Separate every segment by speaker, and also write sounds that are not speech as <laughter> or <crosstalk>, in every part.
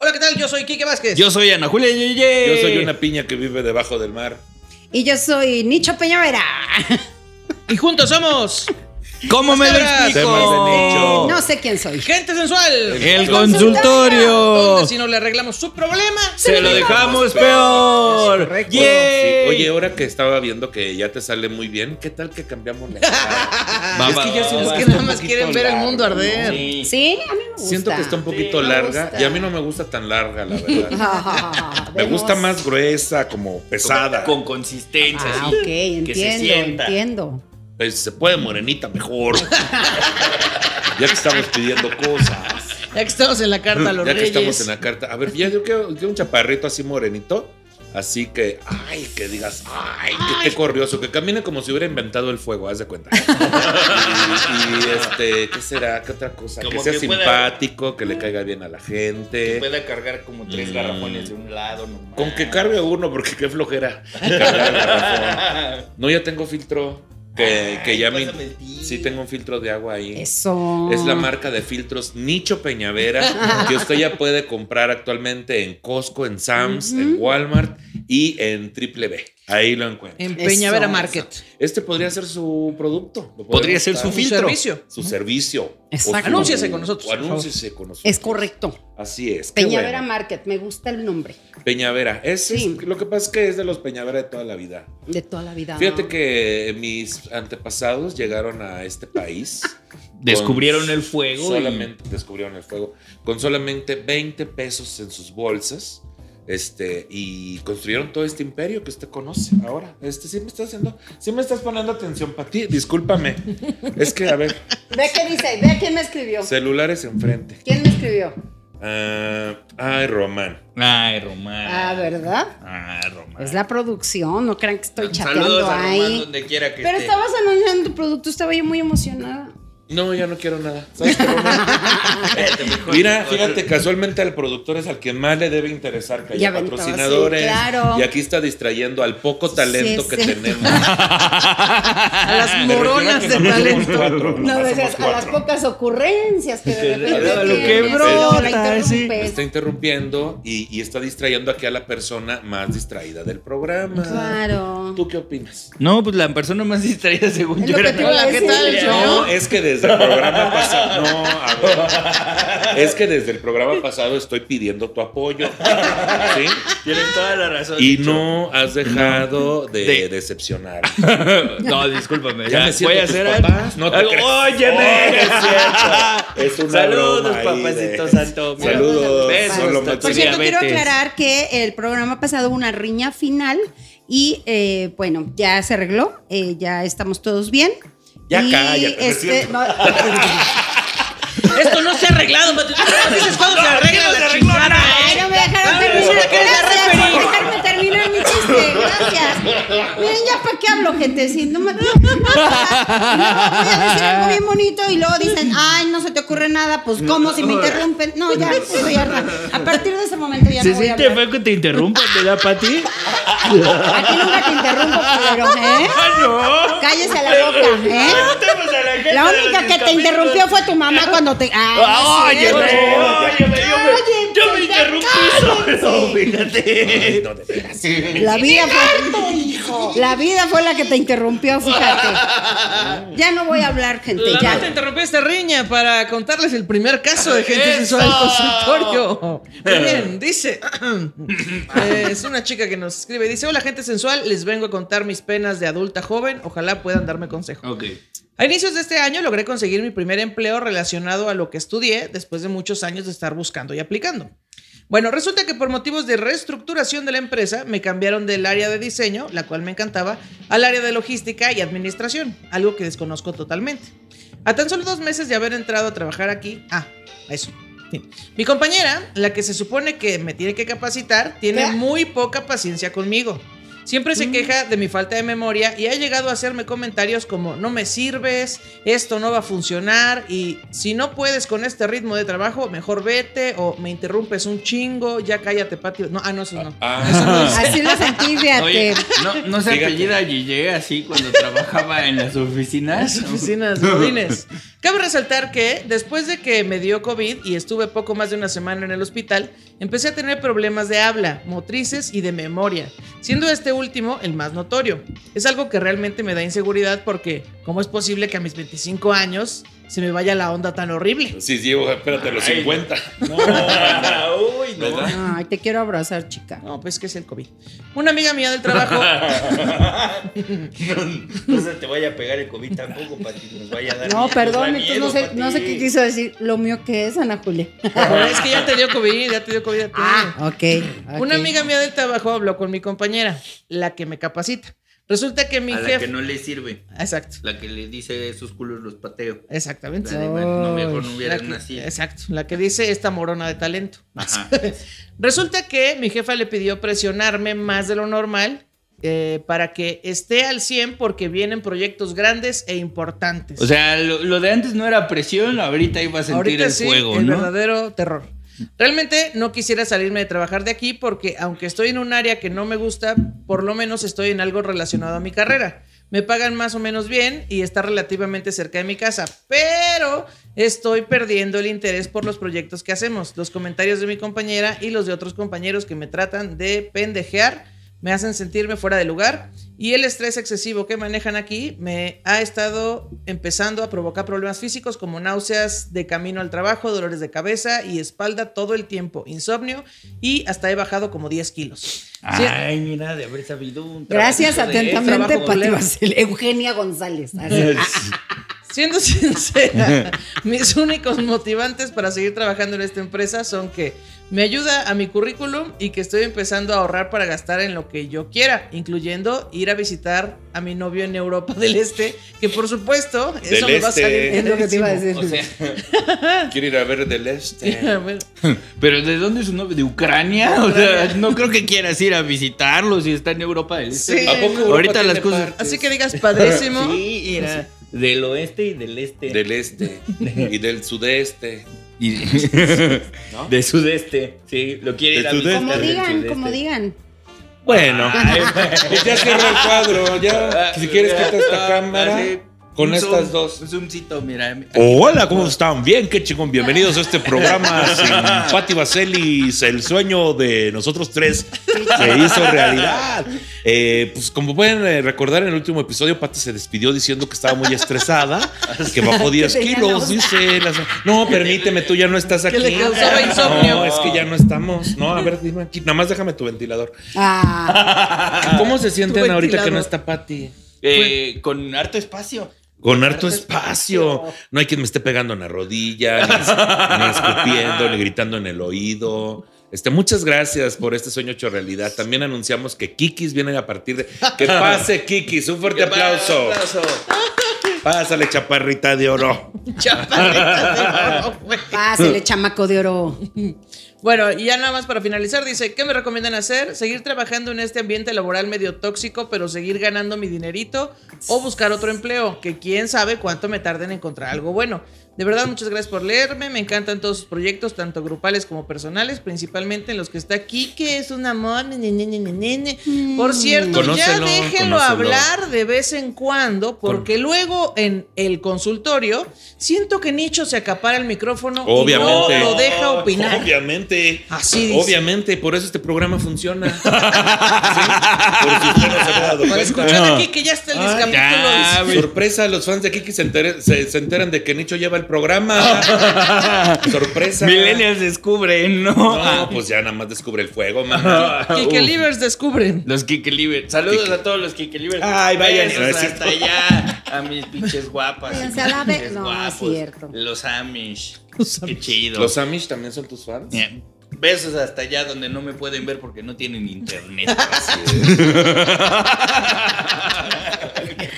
Speaker 1: Hola, ¿qué tal? Yo soy Quique Vázquez.
Speaker 2: Yo soy Ana Julia Yeye.
Speaker 3: Yo soy una piña que vive debajo del mar.
Speaker 4: Y yo soy Nicho Peñavera.
Speaker 1: Y juntos somos
Speaker 2: ¿Cómo me lo
Speaker 1: Temas de
Speaker 2: explico?
Speaker 3: nicho.
Speaker 4: <laughs> No sé quién soy.
Speaker 1: Gente Sensual.
Speaker 2: El
Speaker 1: Donde
Speaker 2: consultorio.
Speaker 1: si no le arreglamos su problema,
Speaker 2: Se lo dejamos peor.
Speaker 1: Correcto.
Speaker 2: Yay.
Speaker 3: Sí. Oye, ahora que estaba viendo que ya te sale muy bien, ¿qué tal que cambiamos la cara?
Speaker 2: Va,
Speaker 3: es
Speaker 2: va,
Speaker 3: que ya
Speaker 2: va,
Speaker 3: siento
Speaker 2: va.
Speaker 1: Es
Speaker 3: que
Speaker 1: que
Speaker 3: está
Speaker 1: nada
Speaker 3: un
Speaker 1: más
Speaker 3: poquito
Speaker 1: quieren ver al
Speaker 3: larga,
Speaker 1: mundo arder.
Speaker 3: ¿no?
Speaker 2: Sí.
Speaker 4: Sí, a mí me gusta.
Speaker 3: Siento que está un
Speaker 4: <laughs>
Speaker 3: poquito
Speaker 4: Sí, me
Speaker 3: larga
Speaker 4: gusta.
Speaker 3: y a mí no me gusta tan larga, la verdad.
Speaker 4: Ah,
Speaker 3: me gusta
Speaker 4: vemos.
Speaker 3: más gruesa, como pesada.
Speaker 2: Con consistencia.
Speaker 4: Ah,
Speaker 2: sí.
Speaker 4: ok,
Speaker 2: que se
Speaker 4: entiendo,
Speaker 2: sienta.
Speaker 4: entiendo.
Speaker 3: Pues, si se puede morenita mejor. ya que estamos pidiendo cosas.
Speaker 1: ya que estamos en la carta a los
Speaker 3: ya que
Speaker 1: reyes.
Speaker 3: estamos en la carta. A ver, ya yo quiero, quiero un chaparrito así morenito. Así que, ay, que digas, ay, que qué corrioso, que camine como si hubiera inventado el fuego, haz
Speaker 1: <laughs>
Speaker 3: de cuenta. y, y, este, ¿qué será? ¿Qué otra cosa?
Speaker 2: Como
Speaker 3: que sea
Speaker 2: que pueda-
Speaker 3: simpático, que le caiga bien a la gente.
Speaker 2: Puede cargar como tres
Speaker 3: Mm.
Speaker 2: garrafones de un lado nomás.
Speaker 3: Con que cargue uno, porque qué flojera. cargar el garrafón.
Speaker 2: <laughs>
Speaker 3: no, ya tengo filtro. Que, que ya me.
Speaker 2: pásame el tip.
Speaker 3: Sí, tengo un filtro de agua ahí.
Speaker 4: Eso.
Speaker 3: Es la
Speaker 1: Mm.
Speaker 3: marca de filtros Nicho Peñavera que usted ya puede comprar actualmente en Costco, en Sam's, en Walmart y en Triple B. Ahí lo encuentra.
Speaker 1: En Peñavera
Speaker 4: Eso.
Speaker 1: Market.
Speaker 3: Este podría ser su producto. Lo podemos
Speaker 2: Podría ser
Speaker 3: usar.
Speaker 2: su
Speaker 1: Un
Speaker 2: filtro.
Speaker 1: servicio.
Speaker 3: Su servicio.
Speaker 4: Exacto.
Speaker 3: O
Speaker 1: Anúnciese con nosotros,
Speaker 3: o
Speaker 1: por favor.
Speaker 3: anúnciese con nosotros.
Speaker 4: Es correcto.
Speaker 3: Así es. qué
Speaker 4: Peñavera
Speaker 3: bueno.
Speaker 4: Market, me gusta el nombre
Speaker 3: Peñavera. Es, es-
Speaker 4: Sí.
Speaker 3: lo que pasa es que es de los Peñavera de toda la vida.
Speaker 4: de toda la
Speaker 1: Ah.
Speaker 4: vida.
Speaker 3: Fíjate que mis antepasados llegaron a este país.
Speaker 2: Descubrieron
Speaker 3: con-
Speaker 2: el fuego. y-
Speaker 3: Solamente descubrieron el fuego. Con solamente 20 pesos en sus bolsas. Este, y construyeron todo este imperio que usted conoce ahora. Este, sí me estás haciendo, sí me estás poniendo atención para ti. Discúlpame. Es que, a ver,
Speaker 4: Ve qué dice, ve quién me escribió.
Speaker 3: celulares enfrente.
Speaker 4: ¿Quién me escribió?
Speaker 3: Ah, ay, Román.
Speaker 2: Ay, Román.
Speaker 4: Ah, ¿verdad?
Speaker 2: Ah, Román.
Speaker 4: Es la producción, no crean que estoy chateando
Speaker 2: Saludos a
Speaker 4: ahí.
Speaker 2: Román donde quiera que
Speaker 4: Pero
Speaker 2: esté.
Speaker 4: estabas anunciando tu producto, estaba yo muy emocionada.
Speaker 3: No, ya no quiero nada. ¿Sabes qué, Román?
Speaker 2: Espérate, mejor.
Speaker 3: Mira, fíjate, casualmente al productor es al que más le debe interesar que
Speaker 4: Y
Speaker 3: haya
Speaker 4: aventó,
Speaker 3: patrocinadores.
Speaker 4: sí, claro.
Speaker 3: Y aquí está distrayendo al poco talento
Speaker 4: Sí,
Speaker 3: que
Speaker 4: sí.
Speaker 3: tenemos.
Speaker 1: Ah, A las
Speaker 3: <laughs> Me refiero a
Speaker 1: moronas
Speaker 3: que
Speaker 1: de
Speaker 3: nomás somos
Speaker 1: talento.
Speaker 3: cuatro, nomás
Speaker 4: No, decías,
Speaker 3: somos
Speaker 4: a las
Speaker 3: cuatro.
Speaker 4: pocas ocurrencias que de repente.
Speaker 3: a lo que
Speaker 4: tienes,
Speaker 3: brota,
Speaker 4: no, la interrumpes.
Speaker 3: Me está interrumpiendo y, y está distrayendo aquí a la persona más distraída del programa.
Speaker 4: Claro.
Speaker 3: ¿Tú qué opinas?
Speaker 2: No, pues la persona más distraída según
Speaker 4: Es
Speaker 2: yo
Speaker 4: lo
Speaker 2: era
Speaker 4: que te iba a
Speaker 1: Hola, ¿qué
Speaker 4: decir.
Speaker 1: tal,
Speaker 3: No, es que desde el programa pasado. No, a ver. Es que desde el programa pasado estoy pidiendo tu apoyo. ¿Sí?
Speaker 2: Tienen toda la razón.
Speaker 3: Y no has dejado de,
Speaker 2: De-
Speaker 3: decepcionar.
Speaker 2: No, discúlpame.
Speaker 3: Ya me siento
Speaker 2: voy a
Speaker 3: tus
Speaker 2: hacer
Speaker 3: papás,
Speaker 2: algo.
Speaker 3: no te
Speaker 2: algo-
Speaker 3: creas.
Speaker 2: Óyeme.
Speaker 3: Oye, es cierto. Es una
Speaker 2: Saludos,
Speaker 3: broma ahí
Speaker 2: papacito
Speaker 3: de-
Speaker 2: santo. Mira.
Speaker 3: Saludos.
Speaker 2: Besos,
Speaker 3: Son lo máximo.
Speaker 4: Por cierto,
Speaker 2: Diabetes.
Speaker 4: quiero aclarar que el programa pasado hubo una riña final y eh, bueno, ya se arregló, eh, ya estamos todos bien.
Speaker 3: Ya
Speaker 4: Y,
Speaker 3: cállate, no es
Speaker 4: este,
Speaker 3: cierto.
Speaker 4: no,
Speaker 1: Esto no se ha arreglado,
Speaker 3: <laughs>
Speaker 1: Mati. Tú no dices cuándo se arregla la chingada.
Speaker 4: Ay, no me dejaron terminar.
Speaker 1: que eres la
Speaker 4: Gracias
Speaker 1: referee.
Speaker 4: por dejarme terminar mi chiste. Gracias. Miren, ya para qué hablo, gente. Si no me. No, voy a decir algo bien bonito y luego dicen, ay, no se te ocurre nada. Pues, ¿cómo si me interrumpen? No, ya, estoy harta. A partir de ese momento ya
Speaker 2: Se
Speaker 4: no voy a
Speaker 2: siente
Speaker 4: hablar.
Speaker 2: feo que te interrumpan, ¿verdad, Pati?
Speaker 4: Aquí nunca te interrumpo, pero, ¿eh?
Speaker 2: ¡Ah, no!
Speaker 4: Cállese la boca, ¿eh?
Speaker 2: Preguntemos a la gente
Speaker 4: La
Speaker 2: de los
Speaker 4: única que te
Speaker 2: escapistas.
Speaker 4: interrumpió fue tu mamá cuando te.
Speaker 2: Ah,
Speaker 4: Ay,
Speaker 2: ¡Óyeme!
Speaker 4: no es cierto.
Speaker 2: ¡Óyeme! Yo
Speaker 4: pues,
Speaker 2: me, yo me
Speaker 4: Oye,
Speaker 2: interrumpí solo, fíjate.
Speaker 3: No, de veras.
Speaker 4: La vida fue. La vida fue la que te interrumpió, fíjate. Ya no voy a hablar, gente.
Speaker 1: La
Speaker 4: Ya.
Speaker 1: Mati interrumpió esta riña para contarles el primer caso de gente
Speaker 2: ¡Eso!
Speaker 1: sensual del consultorio. Muy bien, dice. <clears throat> eh, es una chica que nos escribe. Dice: Hola, gente sensual, les vengo a contar mis penas de adulta joven. Ojalá puedan darme consejo.
Speaker 2: Ok.
Speaker 1: A inicios de este año logré conseguir mi primer empleo relacionado a lo que estudié después de muchos años de estar buscando y aplicando. Bueno, resulta que por motivos de reestructuración de la empresa, me cambiaron del área de diseño, la cual me encantaba, al área de logística y administración, algo que desconozco totalmente. A tan solo dos meses de haber entrado a trabajar aquí. Ah, eso. Sí. Mi compañera, la que se supone que me tiene que capacitar, tiene
Speaker 4: ¿Qué?
Speaker 1: muy poca paciencia conmigo. Siempre se queja de mi falta de memoria y ha llegado a hacerme comentarios como no me sirves, esto no va a funcionar y si no puedes con este ritmo de trabajo, mejor vete o me interrumpes un chingo, ya cállate patio. No, ah, no, eso no.
Speaker 3: <laughs>
Speaker 2: <laughs>
Speaker 3: Ah,
Speaker 4: Así lo sentí, fíjate.
Speaker 2: Oye, ¿no, no se
Speaker 3: Fíjate.
Speaker 2: apellida Gille así cuando trabajaba en las oficinas?
Speaker 1: Las oficinas, godines. Cabe resaltar que después de que me dio COVID y estuve poco más de una semana en el hospital, empecé a tener problemas de habla, motrices y de memoria, siendo este último el más notorio. Es algo que realmente me da inseguridad porque ¿cómo es posible que a mis 25 años se me vaya la onda tan horrible?
Speaker 3: sí, sí, ojo, espérate, los
Speaker 2: Ay.
Speaker 3: 50.
Speaker 2: No, uy, no.
Speaker 3: ¿Verdad?
Speaker 4: Ay, te quiero abrazar, chica.
Speaker 1: No, pues que es el COVID. Una amiga mía del
Speaker 2: <laughs>
Speaker 1: trabajo
Speaker 2: No se te vaya a pegar el COVID tampoco, Pati. Nos vaya a dar
Speaker 4: No,
Speaker 2: miedo,
Speaker 4: perdón,
Speaker 2: nos da
Speaker 4: entonces no sé,
Speaker 2: miedo,
Speaker 4: no sé
Speaker 2: Pati.
Speaker 4: qué quiso decir. Lo mío que es, Ana Julia.
Speaker 1: es que ya te dio COVID, ya te dio COVID. ya te dio.
Speaker 4: Ah, <laughs> ok. ok.
Speaker 1: Una amiga mía del trabajo habló con mi compañera, la que me capacita. Resulta que mi
Speaker 2: A la que
Speaker 1: jefe...
Speaker 2: no le sirve.
Speaker 1: Exacto.
Speaker 2: La que le dice esos culos los pateo. La
Speaker 1: Exactamente.
Speaker 2: de, bueno, no, mejor no
Speaker 1: La
Speaker 2: hubieras
Speaker 1: que,
Speaker 2: nacido.
Speaker 1: exacto, la que dice esta morona de talento.
Speaker 2: Ajá.
Speaker 1: <laughs> Resulta que mi jefa le pidió presionarme más de lo normal eh, para que esté al 100 porque vienen proyectos grandes e importantes.
Speaker 2: O sea, lo, lo de antes no era presión, ahorita iba a sentir
Speaker 1: Ahorita
Speaker 2: el
Speaker 1: sí,
Speaker 2: fuego,
Speaker 1: el
Speaker 2: ¿no?
Speaker 1: verdadero terror. Realmente no quisiera salirme de trabajar de aquí porque aunque estoy en un área que no me gusta, por lo menos estoy en algo relacionado a mi carrera. Me pagan más o menos bien y está relativamente cerca de mi casa, pero estoy perdiendo el interés por los proyectos que hacemos. Los comentarios de mi compañera y los de otros compañeros que me tratan de pendejear me hacen sentirme fuera de lugar y el estrés excesivo que manejan aquí me ha estado empezando a provocar problemas físicos como náuseas de camino al trabajo, dolores de cabeza y espalda todo el tiempo, insomnio y hasta he bajado como 10 kilos.
Speaker 2: Ay, mira, de haber sabido un
Speaker 4: Gracias
Speaker 2: trabajito de
Speaker 4: atentamente,
Speaker 1: trabajo
Speaker 4: Pati
Speaker 1: culero.
Speaker 4: Basile- Eugenia González. Así. Ah,
Speaker 2: esos.
Speaker 1: Siendo <laughs> sincera, mis únicos motivantes para seguir trabajando en esta empresa son que me ayuda a mi currículum y que estoy empezando a ahorrar para gastar en lo que yo quiera, incluyendo ir a visitar a mi novio en Europa del Este, que por supuesto eso
Speaker 3: Del
Speaker 1: me va a
Speaker 3: Este.
Speaker 1: salir.
Speaker 4: Es lo que te iba a decir.
Speaker 2: O sea,
Speaker 3: Quiero ir a ver
Speaker 2: <laughs>
Speaker 3: del este.
Speaker 1: Bueno,
Speaker 2: pero ¿de dónde es su novio? ¿De Ucrania? O sea, no creo que quieras ir a visitarlo si está en Europa del Este.
Speaker 1: Sí.
Speaker 3: ¿A poco Europa
Speaker 2: Ahorita las
Speaker 3: tiene
Speaker 2: cosas-
Speaker 3: partes?
Speaker 1: Así que digas padrísimo.
Speaker 2: Sí, mira, del oeste y del este.
Speaker 3: Del este y del sudeste.
Speaker 2: Y-
Speaker 3: <laughs>
Speaker 2: De sudeste. Sí, lo quiere
Speaker 3: De
Speaker 2: ir a visitar
Speaker 4: Como
Speaker 2: del
Speaker 4: digan,
Speaker 2: sudeste.
Speaker 4: como digan.
Speaker 3: Bueno, <laughs>
Speaker 2: Ay, bueno.
Speaker 3: pues ya cierra el cuadro. Ya, si quieres, quita esta cámara
Speaker 2: Ah, Así, ah,
Speaker 3: con
Speaker 2: un
Speaker 3: estas
Speaker 2: zoom,
Speaker 3: dos. Oh.
Speaker 2: Un zoomcito, mira.
Speaker 3: Hola, ¿cómo están? Bien, qué chingón. Bienvenidos a este programa sin Pati Vaselis, el sueño de nosotros tres se hizo realidad. Eh, pues como pueden eh, recordar, en el último episodio Pati se despidió diciendo que estaba muy estresada, que bajó 10
Speaker 4: tenía
Speaker 3: kilos,
Speaker 4: náusea.
Speaker 3: dice. las- No, permíteme, tú ya no estás aquí.
Speaker 1: Que le causaba insomnio.
Speaker 3: No, es que ya no estamos. No, a ver, dime aquí. Nada más déjame tu ventilador.
Speaker 4: Ah,
Speaker 3: ¿Cómo se sienten
Speaker 1: Tu
Speaker 3: ahorita que no
Speaker 1: ventilador.
Speaker 3: está
Speaker 1: <laughs>
Speaker 3: Pati?
Speaker 2: Eh, con harto espacio.
Speaker 3: Con harto espacio. No hay quien me esté pegando en la rodilla, ni, ni escupiendo, ni gritando en el oído. Este, muchas gracias por este sueño hecho realidad. También anunciamos que Kikis viene a partir de. ¡Que pase, Kikis! Un fuerte aplauso. Pásale, chaparrita de oro.
Speaker 1: Chaparrita de oro, güey.
Speaker 4: pásele, chamaco de oro.
Speaker 1: Bueno, y ya nada más para finalizar, dice, ¿qué me recomiendan hacer? Seguir trabajando en este ambiente laboral medio tóxico, pero seguir ganando mi dinerito o buscar otro empleo, que quién sabe cuánto me tarde en encontrar algo bueno. De verdad, muchas gracias por leerme, me encantan todos sus proyectos, tanto grupales como personales, principalmente en los que está aquí, que es un amor. ne, ne, ne, ne, ne, ne. Por cierto, ya
Speaker 3: Mm. Conócelo,
Speaker 1: déjenlo
Speaker 3: conócelo.
Speaker 1: hablar de vez en cuando, porque luego en el consultorio siento que Nicho se acapara el micrófono
Speaker 3: Obviamente.
Speaker 1: y no lo deja opinar.
Speaker 3: <laughs> Obviamente.
Speaker 1: Así dice.
Speaker 3: Obviamente, por eso este programa
Speaker 1: <laughs>
Speaker 3: funciona. Sí, Por si usted no se había dado
Speaker 1: Para
Speaker 3: cuenta.
Speaker 1: escuchar aquí que ya está el discapítulo.
Speaker 2: Ah,
Speaker 3: <laughs>
Speaker 2: ya, güey.
Speaker 3: Sorpresa, los fans de Kiki se, entere- se- se enteran de que Nicho lleva el
Speaker 4: <laughs>
Speaker 3: programa. Sorpresa.
Speaker 2: Millennials descubren, ¿no? Ah.
Speaker 3: No, pues ya nada más descubre el
Speaker 2: <laughs>
Speaker 3: fuego, man.
Speaker 1: Y que Livers descubren.
Speaker 2: Los Kike Libre. Saludos
Speaker 3: Kike.
Speaker 2: a todos los Kike Libre.
Speaker 3: Ay, vayan. No, es
Speaker 2: Besos hasta
Speaker 3: cierto.
Speaker 2: allá. A mis pinches guapas.
Speaker 4: Váyanse a la ve-
Speaker 2: Pinches
Speaker 4: No, es
Speaker 2: guapos.
Speaker 4: cierto.
Speaker 2: Los Amish.
Speaker 1: Los
Speaker 2: Qué chido.
Speaker 3: ¿Los Amish también son tus fans?
Speaker 2: Eh, besos hasta allá donde no me pueden ver porque no tienen
Speaker 3: <laughs>
Speaker 2: internet.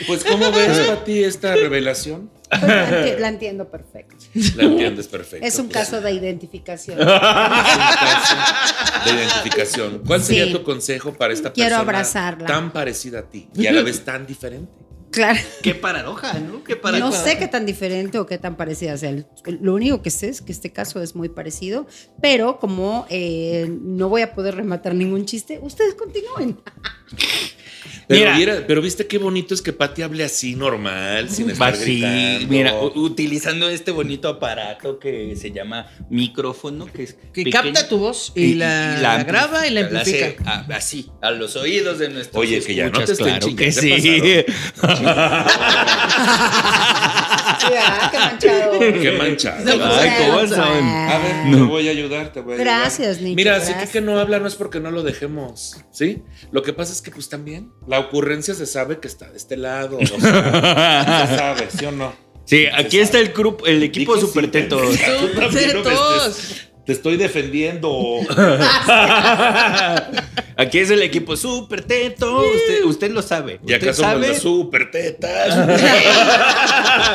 Speaker 3: Pues, ¿cómo
Speaker 2: <laughs>
Speaker 3: ves, Pati, esta revelación?
Speaker 4: Pues la, enti- la entiendo perfecto.
Speaker 3: La entiendes perfecto. <laughs>
Speaker 4: Es un
Speaker 3: Pues,
Speaker 4: caso de identificación.
Speaker 3: es un caso
Speaker 4: <laughs>
Speaker 3: de identificación. ¿Cuál sería
Speaker 4: Sí.
Speaker 3: tu consejo para esta
Speaker 4: Quiero
Speaker 3: persona
Speaker 4: abrazarla.
Speaker 3: tan parecida a ti y a la vez tan diferente?
Speaker 4: Claro.
Speaker 2: Qué paradoja, ¿no? Qué paradoja.
Speaker 4: No sé qué tan diferente o qué tan parecida sea. El- Lo único que sé es que este caso es muy parecido, pero como eh, no voy a poder rematar ningún chiste, ustedes continúen.
Speaker 3: Pero,
Speaker 2: Mira.
Speaker 3: mira, pero viste qué bonito es que Pati hable así normal, sin estar
Speaker 2: Así,
Speaker 3: gritando.
Speaker 2: mira, u- utilizando este bonito aparato que se llama micrófono, que es
Speaker 1: Que
Speaker 2: pequeño.
Speaker 1: capta tu voz y la- la graba y la
Speaker 2: hace
Speaker 1: amplifica.
Speaker 2: a- así, a los oídos de nuestros
Speaker 3: Oye, que ya no te
Speaker 2: escuchas,
Speaker 3: estoy
Speaker 2: claro que
Speaker 3: chingando,
Speaker 2: sí. <laughs>
Speaker 3: te
Speaker 4: Sí, ah, <laughs> qué manchado.
Speaker 3: qué manchado.
Speaker 2: Ay, ¿cómo son?
Speaker 3: A ver, te voy a ayudar, te voy a ayudar.
Speaker 4: Gracias, Nicho,
Speaker 3: Ah. Mira, así que
Speaker 4: gracias.
Speaker 3: que no habla no es porque no lo dejemos, ¿sí? Lo que pasa es que, pues también, la ocurrencia se sabe que está de este lado. o sea, se sabe, ¿sí o no?
Speaker 2: Sí, aquí está el, grupo, el equipo
Speaker 3: Dijo sí,
Speaker 2: Super Teto.
Speaker 3: pendeja, tú
Speaker 1: Súper
Speaker 3: también no me
Speaker 1: tetos.
Speaker 3: estés- Te estoy defendiendo.
Speaker 2: Aquí es el equipo Super Teto. Usted, usted lo sabe.
Speaker 3: <laughs> Ya
Speaker 2: usted
Speaker 3: acá somos
Speaker 2: sabe.
Speaker 3: las super tetas.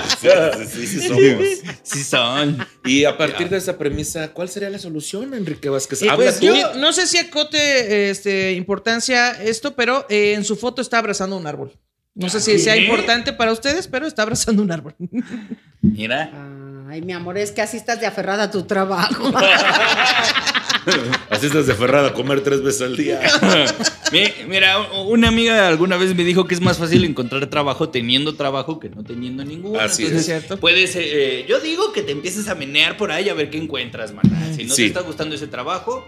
Speaker 3: <laughs> sí, sí, sí, sí somos.
Speaker 2: <laughs> Sí son.
Speaker 3: Y a partir de esa premisa, ¿cuál sería la solución, Enrique Vázquez?
Speaker 1: Eh,
Speaker 3: Habla
Speaker 1: pues,
Speaker 3: tú.
Speaker 1: yo no sé si acote este, importancia esto, pero eh, en su foto está abrazando un árbol. No sé si sea
Speaker 2: ¿Qué?
Speaker 1: importante para ustedes, pero está abrazando un árbol. <laughs>
Speaker 2: Mira.
Speaker 4: Ay, mi amor, es que así estás de aferrada a tu <laughs> trabajo.
Speaker 3: Así estás de ferrada a comer tres veces al día.
Speaker 2: Mi- Mira, u- una amiga alguna vez me dijo que es más fácil encontrar trabajo teniendo trabajo que no teniendo ninguno.
Speaker 3: Así
Speaker 2: Entonces,
Speaker 3: es.
Speaker 2: Puedes, eh, eh, yo digo que te empieces a menear por ahí a ver qué encuentras, maná. Si no
Speaker 3: Sí.
Speaker 2: te está gustando ese trabajo,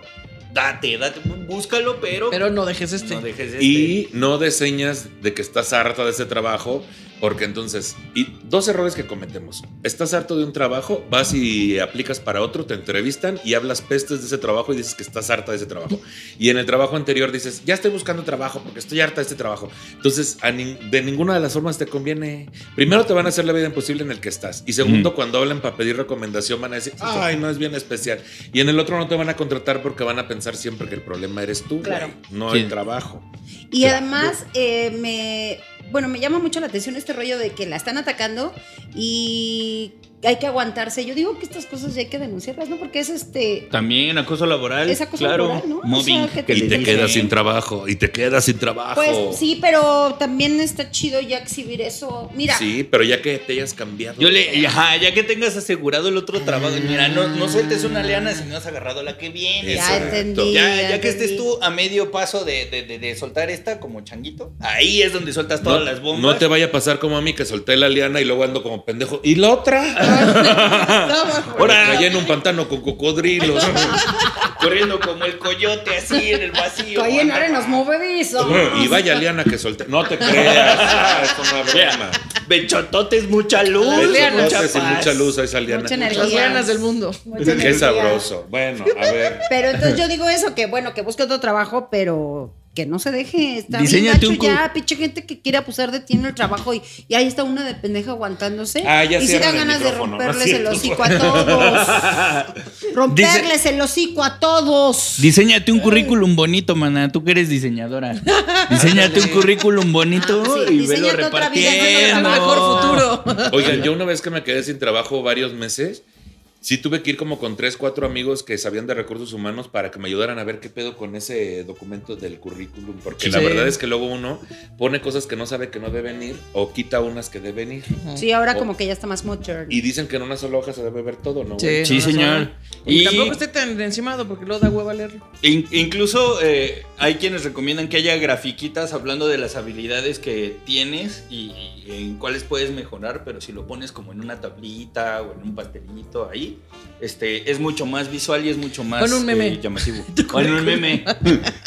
Speaker 2: date, date, búscalo, pero,
Speaker 1: Pero no dejes este.
Speaker 2: no dejes este.
Speaker 3: Y no de señas de que estás harta de ese trabajo, porque entonces, y dos errores que cometemos. Estás harto de un trabajo, vas y aplicas para otro, te entrevistan y hablas pestes de ese trabajo y dices que estás harta de ese trabajo. Y en el trabajo anterior dices, ya estoy buscando trabajo porque estoy harta de este trabajo. Entonces, a nin- de ninguna de las formas te conviene. Primero te van a hacer la vida imposible en el que estás. Y segundo, cuando hablen para pedir recomendación van a decir, ay, no es bien especial. Y en el otro no te van a contratar porque van a pensar siempre que el problema eres tú,
Speaker 4: Claro.
Speaker 3: güey, no
Speaker 2: Sí.
Speaker 3: el trabajo.
Speaker 4: Y además, eh, me. Bueno, me llama mucho la atención este rollo de que la están atacando y hay que aguantarse. Yo digo que estas cosas ya hay que denunciarlas, ¿no? Porque es este.
Speaker 2: También acoso laboral.
Speaker 4: Es acoso
Speaker 2: claro.
Speaker 4: laboral, ¿no? O
Speaker 2: Mobbing.
Speaker 4: sea, que
Speaker 2: que
Speaker 4: te-
Speaker 3: Y
Speaker 2: le
Speaker 3: te
Speaker 4: Sí.
Speaker 3: quedas
Speaker 2: dicen.
Speaker 3: sin trabajo, y te quedas sin trabajo.
Speaker 4: Pues sí, pero también está chido ya exhibir eso. Mira,
Speaker 3: Sí, pero ya que te hayas cambiado.
Speaker 2: Yo le, ajá, ya que tengas asegurado el otro trabajo, mira, no, no sueltes una leana si no has agarrado la que viene.
Speaker 3: Eso.
Speaker 4: ya
Speaker 3: Exacto.
Speaker 4: entendí.
Speaker 2: Ya, ya que
Speaker 4: entendí.
Speaker 2: estés tú a medio paso de, de- de- de soltar esta como changuito, ahí es donde sueltas
Speaker 3: no,
Speaker 2: todas las bombas.
Speaker 3: no te vaya a pasar como a mí que solté la liana y luego ando como pendejo. ¿Y la
Speaker 4: <laughs>
Speaker 3: otra?
Speaker 4: pues,
Speaker 3: Ahora
Speaker 2: Ahora,
Speaker 3: en un pantano con cocodrilos.
Speaker 2: corriendo como el coyote así en el vacío.
Speaker 4: Estoy en arenas movedizos.
Speaker 3: y vaya liana que solté. No te creas. ah, es una broma.
Speaker 2: Bechototes, mucha luz.
Speaker 3: Besos,
Speaker 1: liana,
Speaker 3: roces y
Speaker 2: paz.
Speaker 3: mucha luz a esa liana.
Speaker 4: Mucha energía.
Speaker 1: Las ganas del mundo.
Speaker 4: Mucha
Speaker 3: Qué
Speaker 4: energía.
Speaker 3: sabroso. Bueno, a ver.
Speaker 4: Pero entonces yo digo eso, que bueno, que busque otro trabajo, pero que no se deje. Está bien
Speaker 2: Diseñate
Speaker 4: gacho
Speaker 2: un cu-
Speaker 4: ya, pinche gente que quiere abusar de ti en el trabajo y, y ahí está una de pendeja aguantándose.
Speaker 3: Ah, ya
Speaker 4: y si
Speaker 3: cierran el
Speaker 4: dan ganas de
Speaker 3: micrófono,
Speaker 4: romperles
Speaker 3: ¿no es
Speaker 4: el
Speaker 3: cierto?
Speaker 4: hocico a todos. romperles el hocico a todos.
Speaker 2: Diseñate un currículum bonito, mana. Tú que eres diseñadora. Diseñate un currículum bonito
Speaker 4: Ah, sí,
Speaker 2: y velo
Speaker 4: diseñate otra vida,
Speaker 2: repartiendo.
Speaker 4: haciendo
Speaker 1: Al mejor futuro.
Speaker 3: Oigan, yo una vez que me quedé sin trabajo varios meses, sí tuve que ir como con tres, cuatro amigos que sabían de recursos humanos para que me ayudaran a ver qué pedo con ese documento del currículum, porque la
Speaker 1: Sí.
Speaker 3: verdad es que luego uno pone cosas que no sabe que no deben ir o quita unas que deben ir.
Speaker 4: Sí, ahora como que ya está más moderno.
Speaker 3: Y dicen que en una sola hoja se debe ver todo, ¿no? güey?
Speaker 1: no,
Speaker 2: Sí,
Speaker 1: no,
Speaker 2: señor.
Speaker 1: no. Y,
Speaker 2: Y-
Speaker 1: tampoco esté tan encimado porque luego da hueva leerlo.
Speaker 2: In- incluso eh, hay quienes recomiendan que haya grafiquitas hablando de las habilidades que tienes y, y en cuáles puedes mejorar, pero si lo pones como en una tablita o en un pastelito ahí, este, es mucho más visual y es mucho más
Speaker 1: Con un meme.
Speaker 2: eh, llamativo. Con un meme,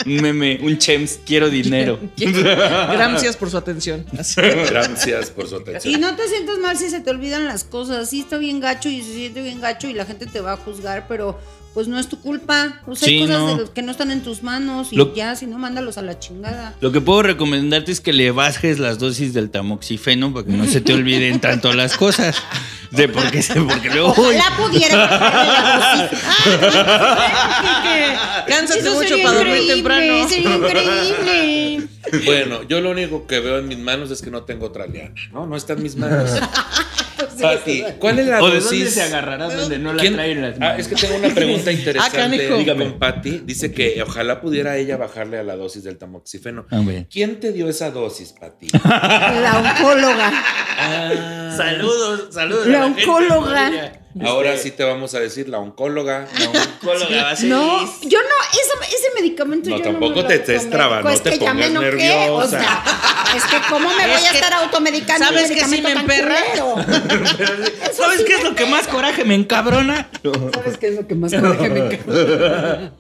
Speaker 2: un meme, un chems, quiero dinero. <laughs>
Speaker 1: Gracias por su atención.
Speaker 3: Gracias por su
Speaker 4: Y
Speaker 3: atención.
Speaker 4: no te sientas mal si se te olvidan las cosas. Sí está bien gacho y se siente bien gacho y la gente te va a juzgar, pero pues no es tu culpa. O sea, hay
Speaker 2: Sí,
Speaker 4: cosas
Speaker 2: no.
Speaker 4: de los que no están en tus manos y
Speaker 2: Lo-
Speaker 4: ya, si no, mándalos a la chingada.
Speaker 2: Lo que puedo recomendarte es que le bajes las dosis del tamoxifeno para que no se te olviden tanto las cosas. Sí, porque, porque luego.
Speaker 4: Ojalá pudiera comprarme la dosis. Ah,
Speaker 1: Cánsate
Speaker 4: eso
Speaker 1: mucho
Speaker 4: sería
Speaker 1: para dormir
Speaker 4: increíble,
Speaker 1: temprano.
Speaker 4: Sería increíble.
Speaker 3: Bueno, yo lo único que veo en mis manos es que no tengo otra liana. No, no está en
Speaker 2: <laughs>
Speaker 3: mis manos. Pati, ¿cuál es la
Speaker 2: ¿O de
Speaker 3: dosis?
Speaker 2: dónde se agarrará donde no la
Speaker 3: ¿Quién?
Speaker 2: traen las
Speaker 3: Ah,
Speaker 2: manos?
Speaker 3: es que tengo una pregunta interesante
Speaker 1: canijo.
Speaker 3: con Pati. Dice que ojalá pudiera ella bajarle a la dosis del tamoxifeno.
Speaker 2: Ah, bueno.
Speaker 3: ¿Quién te dio esa dosis, Pati?
Speaker 4: La oncóloga.
Speaker 3: Ah,
Speaker 2: Saludos, saludos.
Speaker 4: La
Speaker 2: a gente
Speaker 4: oncóloga.
Speaker 2: maravilla.
Speaker 3: ahora
Speaker 2: Este,
Speaker 3: sí te vamos a decir la oncóloga.
Speaker 2: La oncóloga va a ser.
Speaker 4: No, yo no, ese, ese medicamento
Speaker 3: No,
Speaker 4: yo
Speaker 3: tampoco
Speaker 4: no me lo
Speaker 3: te estés
Speaker 4: automedico.
Speaker 3: traba, no
Speaker 4: es
Speaker 3: te
Speaker 4: que ya me
Speaker 3: pongas
Speaker 4: enojé, O
Speaker 3: nerviosa.
Speaker 4: sea, es que cómo me voy
Speaker 1: Es
Speaker 4: a
Speaker 1: que-
Speaker 4: estar automedicando un
Speaker 1: ¿sabes que sí
Speaker 4: medicamento
Speaker 1: me
Speaker 4: tan
Speaker 1: emperra?
Speaker 4: culero?
Speaker 2: ¿Sabes qué es lo que más coraje me encabrona?
Speaker 4: ¿Sabes qué es lo que más coraje <laughs> me enca-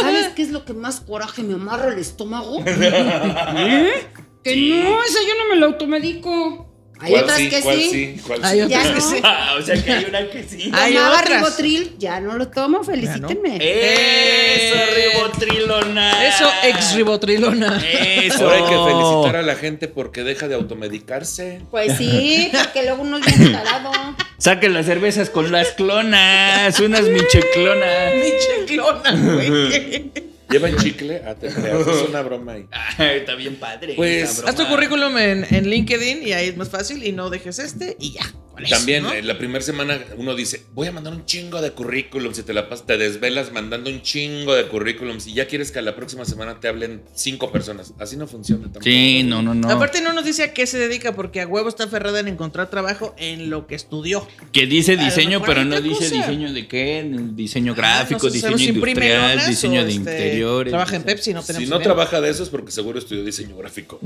Speaker 4: ¿Sabes qué es lo que más coraje me amarra el estómago? ¿Eh? Que no, esa yo no me la automedico. Hay
Speaker 3: ¿Cuál
Speaker 4: otras
Speaker 3: sí?
Speaker 4: que
Speaker 3: ¿Cuál
Speaker 4: sí.
Speaker 3: sí? ¿Cuál
Speaker 1: Hay
Speaker 3: sí?
Speaker 4: Ya
Speaker 1: otras
Speaker 4: no.
Speaker 1: que sí.
Speaker 2: Ah, <laughs> o sea que hay una que sí.
Speaker 1: Hay
Speaker 4: Tomaba
Speaker 1: otras.
Speaker 4: ribotril, ya no lo tomo, felicítenme.
Speaker 2: Eh. Eso,
Speaker 1: Eh.
Speaker 2: ribotrilona.
Speaker 1: Eso, ex ribotrilona.
Speaker 2: Eso.
Speaker 3: Ahora hay que felicitar a la gente porque deja de automedicarse.
Speaker 4: Pues sí, porque luego uno es bien tarado.
Speaker 2: Saquen las cervezas con las clonas, unas
Speaker 1: <laughs>
Speaker 2: micheclonas.
Speaker 1: Mi chiclona, güey.
Speaker 3: ¿Llevan chicle? Ah, te creas, es una broma ahí.
Speaker 2: Ay, Está bien padre.
Speaker 3: Pues,
Speaker 2: esa broma.
Speaker 1: Haz tu currículum en, en LinkedIn y ahí es más fácil y no dejes este y ya. con eso,
Speaker 3: También
Speaker 1: ¿no?
Speaker 3: eh, la primera semana uno dice, voy a mandar un chingo de currículums y te la pasas, te desvelas mandando un chingo de currículums y ya quieres que a la próxima semana te hablen cinco personas. Así no funciona tampoco.
Speaker 2: Sí, no, no, no.
Speaker 1: Aparte no nos dice a qué se dedica porque a huevo está aferrada en encontrar trabajo en lo que estudió.
Speaker 2: que dice
Speaker 1: lo
Speaker 2: diseño,
Speaker 1: mejor
Speaker 2: pero
Speaker 1: otra
Speaker 2: no dice
Speaker 1: cosa.
Speaker 2: diseño de qué, diseño
Speaker 1: Ah,
Speaker 2: gráfico,
Speaker 1: no sé, se
Speaker 2: diseño
Speaker 1: los imprime
Speaker 2: industrial,
Speaker 1: donas
Speaker 2: diseño
Speaker 1: o,
Speaker 2: de
Speaker 1: este,
Speaker 2: interiores.
Speaker 1: Trabaja en
Speaker 2: diseño-
Speaker 1: Pepsi, no tenemos
Speaker 3: si no
Speaker 1: idea.
Speaker 3: trabaja de eso es porque seguro estudió
Speaker 1: <laughs>
Speaker 3: diseño gráfico.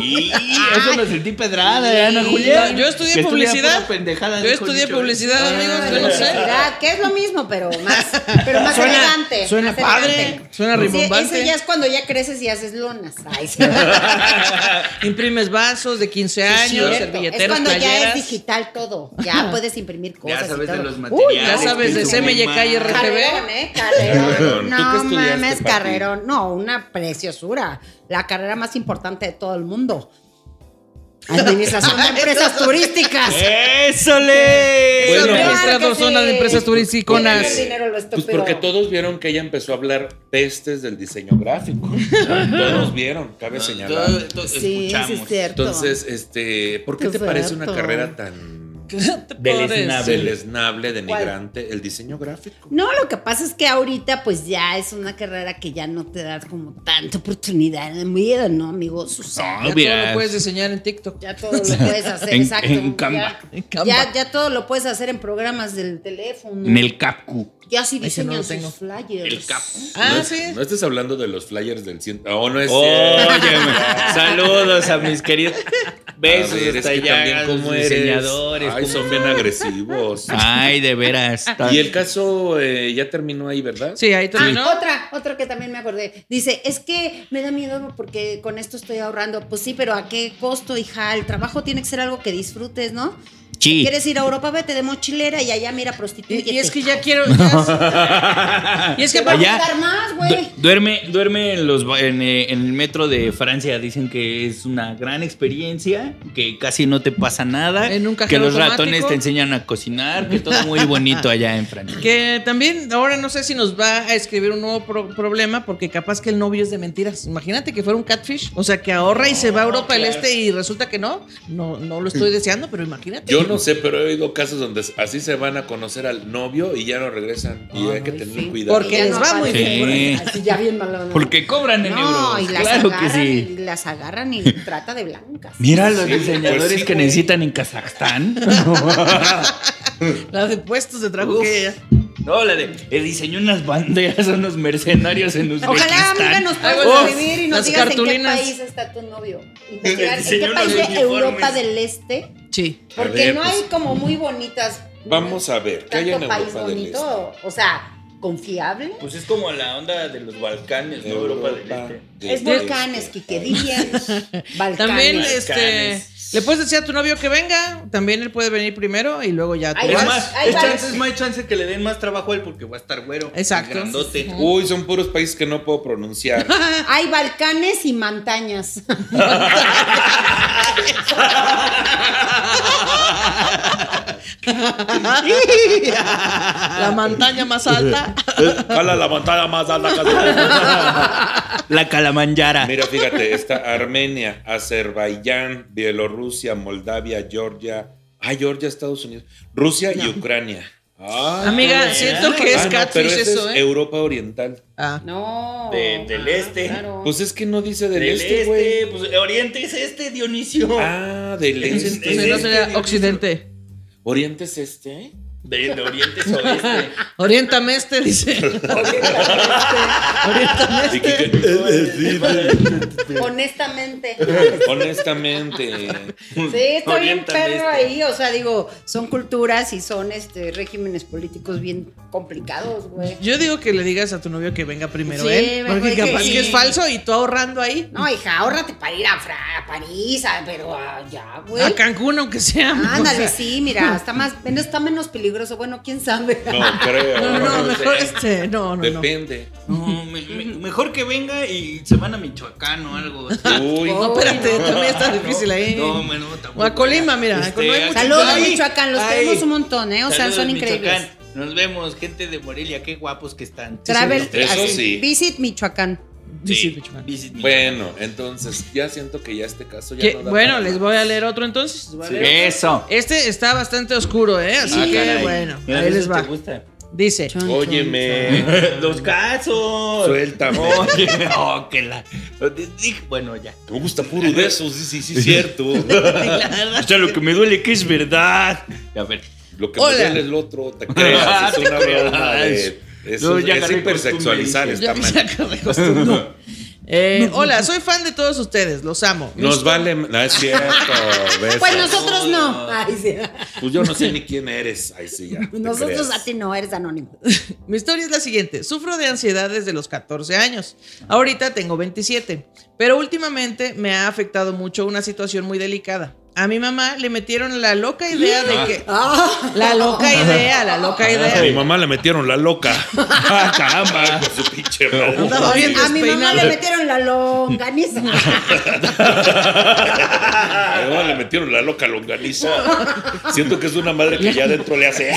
Speaker 2: Y eso me sentí pedrada,
Speaker 1: Sí.
Speaker 2: Ana Julia.
Speaker 1: Yo estudié
Speaker 2: Que estudia
Speaker 1: publicidad.
Speaker 2: pura pendejada,
Speaker 1: Yo
Speaker 2: dijo
Speaker 1: estudié
Speaker 2: Nicho.
Speaker 1: publicidad,
Speaker 4: Ah,
Speaker 1: amigos, yo no sé.
Speaker 4: Felicidad, que es lo mismo, pero más, pero más
Speaker 1: Suena-
Speaker 4: elegante.
Speaker 1: suena
Speaker 4: más
Speaker 1: padre,
Speaker 4: elegante.
Speaker 1: suena
Speaker 4: Sí,
Speaker 1: rimbombante.
Speaker 4: Ese ya es cuando ya creces y haces lonas. Ay,
Speaker 1: <laughs>
Speaker 4: sí.
Speaker 1: <laughs> Imprimes vasos de 15 años,
Speaker 4: Cierto, es
Speaker 1: servilleteros,
Speaker 4: cuando ya es
Speaker 1: playeras.
Speaker 4: digital todo. Ya puedes imprimir cosas.
Speaker 2: Ya sabes
Speaker 4: y todo.
Speaker 2: de los
Speaker 4: Uy,
Speaker 2: materiales.
Speaker 1: ya sabes de
Speaker 2: tu
Speaker 1: CMYK
Speaker 2: mamá.
Speaker 1: y RT.
Speaker 4: Carrerón, ¿eh? Carrerón.
Speaker 3: Carrerón. ¿Tú qué
Speaker 4: No
Speaker 3: estudiaste,
Speaker 4: mames,
Speaker 3: Pati?
Speaker 4: carrerón. No, una preciosura. La carrera más importante de todo el mundo.
Speaker 1: <laughs>
Speaker 4: Administración de empresas turísticas.
Speaker 1: Eh,
Speaker 2: ¡Eso le!
Speaker 3: Bueno,
Speaker 1: Soy
Speaker 3: claro
Speaker 1: administrador
Speaker 4: que
Speaker 1: zona de
Speaker 4: sí.
Speaker 1: empresas turísticas.
Speaker 4: Tiene el dinero lo
Speaker 3: Pues
Speaker 4: estúpido.
Speaker 3: porque todos vieron que ella empezó a hablar pestes del diseño
Speaker 1: <laughs>
Speaker 3: gráfico. todos vieron, cabe
Speaker 2: pues,
Speaker 3: señalar.
Speaker 2: Todo- todo-
Speaker 4: Sí, sí,
Speaker 2: escuchamos.
Speaker 4: es cierto.
Speaker 3: Entonces, este, ¿por qué
Speaker 4: Qué
Speaker 3: te parece una
Speaker 4: cierto.
Speaker 3: carrera tan
Speaker 2: Deleznable.
Speaker 3: deleznable, denigrante? El diseño gráfico.
Speaker 4: No, lo que pasa es que ahorita pues ya es una carrera que ya no te das como tanta oportunidad en el vida, ¿no, amigos? O sea,
Speaker 1: Ya todo lo
Speaker 2: Obvias.
Speaker 1: puedes diseñar en TikTok.
Speaker 4: ya
Speaker 2: <laughs>
Speaker 4: todo lo puedes hacer,
Speaker 2: Ah. En-
Speaker 4: exacto.
Speaker 2: en
Speaker 4: ya-
Speaker 2: Canva.
Speaker 1: En Canva.
Speaker 4: Ya, ya todo lo puedes hacer en programas del teléfono.
Speaker 2: En el Capcu.
Speaker 4: ya sí
Speaker 1: Ese no lo
Speaker 4: diseñan sus
Speaker 1: tengo.
Speaker 4: flyers.
Speaker 2: El Cap.
Speaker 1: Ah,
Speaker 3: no,
Speaker 1: sí.
Speaker 3: No estés hablando de los flyers del ciento. Oh, no es cierto.
Speaker 2: Óyeme. <laughs> Saludos a mis queridos. Besos
Speaker 3: A ver,
Speaker 2: hasta
Speaker 3: es que
Speaker 2: allá.
Speaker 3: también
Speaker 2: a pues, los
Speaker 3: cómo eres.
Speaker 2: diseñadores.
Speaker 3: Ay,
Speaker 2: cómo- Ah,
Speaker 3: son
Speaker 2: <laughs>
Speaker 3: bien agresivos.
Speaker 2: Ay, de veras.
Speaker 3: Y el caso eh, ya terminó ahí, ¿verdad?
Speaker 1: Sí, ahí
Speaker 4: Ah,
Speaker 1: terminó.
Speaker 4: otra, otra que también me acordé. Dice, es que me da miedo porque con esto estoy ahorrando. Pues sí, pero ¿a qué costo, hija? El trabajo tiene que ser algo que disfrutes, ¿no?
Speaker 2: Sí.
Speaker 4: ¿Quieres ir a Europa? Vete de mochilera y allá mira prostituyete.
Speaker 1: Y, y es que ya quiero. ya- <laughs> y es que
Speaker 4: Te va a
Speaker 2: Allá-
Speaker 4: gustar más,
Speaker 2: Du-
Speaker 4: güey.
Speaker 2: duerme, duerme en los ba- en, eh, en el metro de Francia. Dicen que es una gran experiencia, que casi no te pasa nada,
Speaker 1: En un cajero
Speaker 2: que los
Speaker 1: automático.
Speaker 2: ratones te enseñan a cocinar, que todo muy bonito allá en Francia.
Speaker 1: Que también ahora no sé si nos va a escribir un nuevo pro- problema porque capaz que el novio es de mentiras. Imagínate que fuera un catfish, o sea, que ahorra y se va a Europa del Este y resulta que no. No no lo estoy deseando, pero imagínate.
Speaker 3: Yo no sé, pero he oído casos donde así se van a conocer al novio y ya no regresan. Y hay que tener cuidado.
Speaker 1: Porque
Speaker 4: Ya
Speaker 1: les va muy
Speaker 4: aparecen
Speaker 2: bien.
Speaker 4: por ahí.
Speaker 2: Sí.
Speaker 4: Así ya bien malo. ¿no?
Speaker 2: Porque cobran en
Speaker 4: No, y
Speaker 2: euros.
Speaker 4: las
Speaker 2: Claro que
Speaker 4: agarran y
Speaker 2: sí.
Speaker 4: las agarran y trata de blancas.
Speaker 2: Mira los
Speaker 3: Sí,
Speaker 2: diseñadores
Speaker 3: pues sí,
Speaker 2: que
Speaker 3: güey.
Speaker 2: necesitan en Kazajstán.
Speaker 1: La de puestos de trabajo
Speaker 2: Uf.
Speaker 1: que-
Speaker 2: <laughs> No, la de eh, diseñó unas banderas a unos mercenarios en Uzbekistán.
Speaker 4: Ojalá, amiga, nos
Speaker 1: Ay,
Speaker 4: puedas
Speaker 1: bueno,
Speaker 4: escribir y nos
Speaker 1: las
Speaker 4: digas
Speaker 1: cartulinas.
Speaker 4: en qué país está
Speaker 3: <laughs>
Speaker 4: tu novio. Investigar en qué
Speaker 2: diseño
Speaker 4: país
Speaker 2: unos
Speaker 4: de Europa
Speaker 2: uniformes.
Speaker 4: del Este.
Speaker 1: Sí.
Speaker 3: A
Speaker 4: Porque
Speaker 3: ver,
Speaker 4: no
Speaker 3: pues,
Speaker 4: hay como muy bonitas.
Speaker 3: Vamos a ver, ¿qué hay en
Speaker 4: tanto
Speaker 3: Europa
Speaker 4: país
Speaker 3: del Este?
Speaker 4: bonito. O sea, confiable.
Speaker 2: Pues es como la onda de los Balcanes, ¿no? Europa, del Este.
Speaker 4: Es volcanes,
Speaker 3: <laughs>
Speaker 4: Quiquedilla, Balcanes.
Speaker 1: También
Speaker 2: Balcanes.
Speaker 1: este le puedes decir a tu novio que venga, también él puede venir primero y luego ya tú
Speaker 4: Ahí
Speaker 2: Es
Speaker 1: vas.
Speaker 4: va.
Speaker 2: más,
Speaker 4: ahí
Speaker 2: es
Speaker 4: va.
Speaker 2: chance, es más chance que le den más trabajo a él porque va a estar güero.
Speaker 1: Exacto.
Speaker 2: y Grandote.
Speaker 3: Uy, son puros países que no puedo
Speaker 4: <laughs>
Speaker 3: pronunciar.
Speaker 4: Hay Balcanes y montañas. <laughs>
Speaker 1: la montaña más
Speaker 3: <laughs>
Speaker 1: alta.
Speaker 3: Cala la montaña más alta. casi.
Speaker 2: La calamanjara.
Speaker 3: Mira, fíjate, está Armenia, Azerbaiyán, Bielorrusia, Moldavia, Georgia. Ah, Georgia, Estados Unidos. Rusia y Ucrania. Ah,
Speaker 1: Amiga, siento que es
Speaker 3: Ah, no, pero
Speaker 1: catfish
Speaker 3: ese
Speaker 1: eso,
Speaker 3: es
Speaker 1: ¿eh?
Speaker 3: Europa Oriental.
Speaker 1: Ah.
Speaker 4: No.
Speaker 2: De- del este.
Speaker 4: claro.
Speaker 3: Pues es que no dice del,
Speaker 2: Del
Speaker 3: este,
Speaker 2: este,
Speaker 3: güey.
Speaker 2: pues Oriente es este, Dionisio.
Speaker 3: Ah, del
Speaker 2: Es-
Speaker 3: este.
Speaker 1: Entonces Pues no sería occidente.
Speaker 3: ¿Oriente es este?
Speaker 2: De, de Oriente es oeste.
Speaker 1: Oriéntame este, dice.
Speaker 3: <laughs>
Speaker 1: Oriéntame
Speaker 3: Y que-
Speaker 1: este.
Speaker 3: <laughs>
Speaker 4: Honestamente.
Speaker 3: honestamente.
Speaker 4: Sí, estoy bien
Speaker 2: Oriéntame
Speaker 4: perro
Speaker 2: este.
Speaker 4: ahí. O sea, digo, son culturas y son este regímenes políticos bien complicados, güey.
Speaker 1: Yo digo que le digas a tu novio que venga primero
Speaker 4: Sí,
Speaker 1: él.
Speaker 4: mejor
Speaker 1: Porque
Speaker 4: que-
Speaker 1: capaz que es falso y tú ahorrando ahí.
Speaker 4: No, hija, ahórrate para ir a, Fra- a París, a- pero allá, güey.
Speaker 1: A Cancún, aunque sea.
Speaker 4: Ándale,
Speaker 1: o sea,
Speaker 4: sí, mira, está más, está menos peligroso. Bueno, quién sabe.
Speaker 3: No creo.
Speaker 1: No, no,
Speaker 2: No
Speaker 1: mejor
Speaker 2: sé.
Speaker 1: este. No, no, no.
Speaker 3: Depende.
Speaker 2: No, me- me- mejor que venga y se van a Michoacán o algo. así.
Speaker 3: Uy.
Speaker 1: No, espérate, también está difícil ahí.
Speaker 2: No, bueno, tampoco. Este,
Speaker 1: O a Colima, mira, no hay mucho-
Speaker 4: <laughs> Saludos,
Speaker 2: ay,
Speaker 4: Michoacán, los
Speaker 2: ay.
Speaker 4: queremos un montón, ¿eh? O sea,
Speaker 2: Saludos,
Speaker 4: son increíbles.
Speaker 2: Michoacán. Nos vemos, gente de Morelia, qué guapos que están.
Speaker 4: Travel,
Speaker 3: sí. Eso
Speaker 4: así,
Speaker 3: sí.
Speaker 4: visit Michoacán.
Speaker 1: Dice Michoacán.
Speaker 2: Visit Michoacán.
Speaker 3: Bueno, entonces ya siento que ya este caso ya
Speaker 1: Que-
Speaker 3: no da
Speaker 1: Bueno,
Speaker 3: para
Speaker 1: les voy a leer otro entonces. Les voy a
Speaker 3: Sí.
Speaker 1: leer otro.
Speaker 2: Eso.
Speaker 1: Este está bastante oscuro, ¿eh? Así
Speaker 2: Ah,
Speaker 1: que
Speaker 2: caray.
Speaker 1: bueno,
Speaker 2: Mira,
Speaker 1: ahí
Speaker 2: eso
Speaker 1: les va.
Speaker 2: te gusta.
Speaker 1: Dice,
Speaker 3: más. Óyeme.
Speaker 2: Los casos. <laughs>
Speaker 3: Suéltame.
Speaker 2: Oye, oh, que la. Bueno, ya.
Speaker 3: Me gusta puro de esos, sí, sí, sí, cierto.
Speaker 2: O sea, lo que me duele que es verdad. A ver.
Speaker 3: Lo que
Speaker 1: Hola.
Speaker 3: me duele el otro, te creas, es una broma de-
Speaker 2: Yo
Speaker 3: Eso,
Speaker 2: ya
Speaker 3: es
Speaker 2: agarré
Speaker 3: hipersexualizar,
Speaker 2: costumbre,
Speaker 3: está
Speaker 1: <laughs> ya,
Speaker 3: mal.
Speaker 1: ya acabé costumbre. No.
Speaker 3: <laughs>
Speaker 1: Eh, hola, soy fan de todos ustedes, los amo.
Speaker 3: Nos vale, no es cierto. besos.
Speaker 4: Pues nosotros no. Ay, sí.
Speaker 3: Pues yo no sé ni quién eres. Ay, sí, ya. te
Speaker 4: Nosotros
Speaker 3: creas.
Speaker 4: a ti no, eres anónimo.
Speaker 1: Mi historia es la siguiente. Sufro de ansiedad desde los 14 años. Ahorita tengo 27. Pero últimamente me ha afectado mucho una situación muy delicada. A mi mamá le metieron la loca idea de que... La
Speaker 4: Ah.
Speaker 1: loca idea, la loca
Speaker 3: A mi
Speaker 1: idea.
Speaker 3: mamá le metieron la loca. Ah, caramba, con su pinche madre.
Speaker 1: Andaba bien
Speaker 4: a mi mamá
Speaker 1: despeinada.
Speaker 4: le metieron
Speaker 1: <laughs>
Speaker 4: la longaniza.
Speaker 3: A mi mamá le metieron la loca longaniza. Siento que es una madre que ya adentro le hace.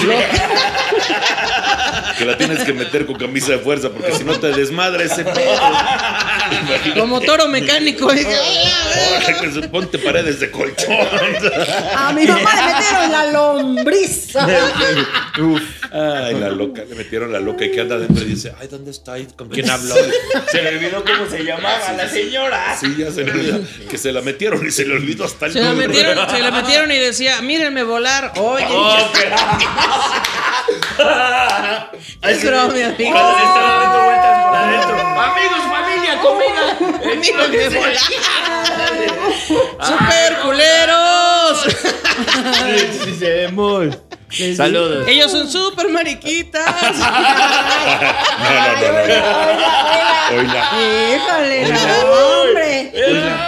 Speaker 3: Que la tienes que meter con camisa de fuerza porque si no te desmadra ese pedo.
Speaker 1: Como toro mecánico. <laughs> dice,
Speaker 3: Ahora que se pues, ponte paredes de colchón.
Speaker 4: A mi mamá le metieron la lombriz.
Speaker 3: Ay, la loca, le metieron la loca y que anda adentro y dice, ay, ¿dónde está? ¿Y ¿Con quién habla?
Speaker 2: Se me olvidó cómo se llamaba la señora.
Speaker 3: Sí, ya se le olvida. Que se la metieron y se le olvidó hasta el
Speaker 1: Se la
Speaker 3: nombre. <laughs>
Speaker 1: metieron, se la metieron y decía, mírenme volar. Oye,
Speaker 2: Oh, que-
Speaker 1: es broma, mi amigo.
Speaker 2: Cuando le estaba dando vueltas por adentro. Amigos,
Speaker 4: Oh.
Speaker 2: familia, comida.
Speaker 1: Mírenme volar. ¡Super culeros!
Speaker 2: Saludos.
Speaker 1: Ellos son super mariquitas.
Speaker 3: <laughs> No, no, no, no, no. Oiga.
Speaker 4: Híjole, no, hombre.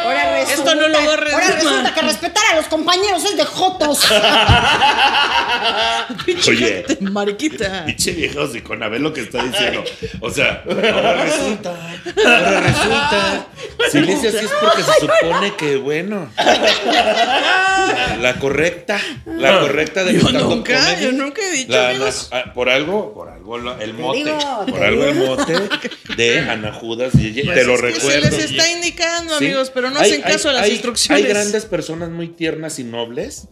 Speaker 4: Ahora resulta,
Speaker 1: Esto no lo borres,
Speaker 4: Ahora
Speaker 1: mamá.
Speaker 4: resulta que respetar a los compañeros es de jotos.
Speaker 1: <laughs>
Speaker 3: Oye.
Speaker 1: Mariquita.
Speaker 3: Pinche viejo ver lo que está diciendo. O sea, ahora resulta. Ahora resulta. Si le dice así es porque se supone que bueno. La, la correcta. La correcta de
Speaker 1: Yo
Speaker 3: stand-up
Speaker 1: nunca,
Speaker 3: comedy.
Speaker 1: yo nunca he dicho,
Speaker 3: La
Speaker 1: amigos.
Speaker 3: Ana- ah, por algo, por algo la- el mote,
Speaker 4: digo,
Speaker 3: por
Speaker 4: te
Speaker 3: algo el mote de Ana Judas, y ella- te lo
Speaker 1: Pues Es que
Speaker 3: recuerdo.
Speaker 1: Se les está indicando,
Speaker 3: Sí.
Speaker 1: amigos, pero no
Speaker 3: Hay-
Speaker 1: hacen caso
Speaker 3: hay-
Speaker 1: a las
Speaker 3: hay-
Speaker 1: instrucciones.
Speaker 3: Hay grandes personas muy tiernas y nobles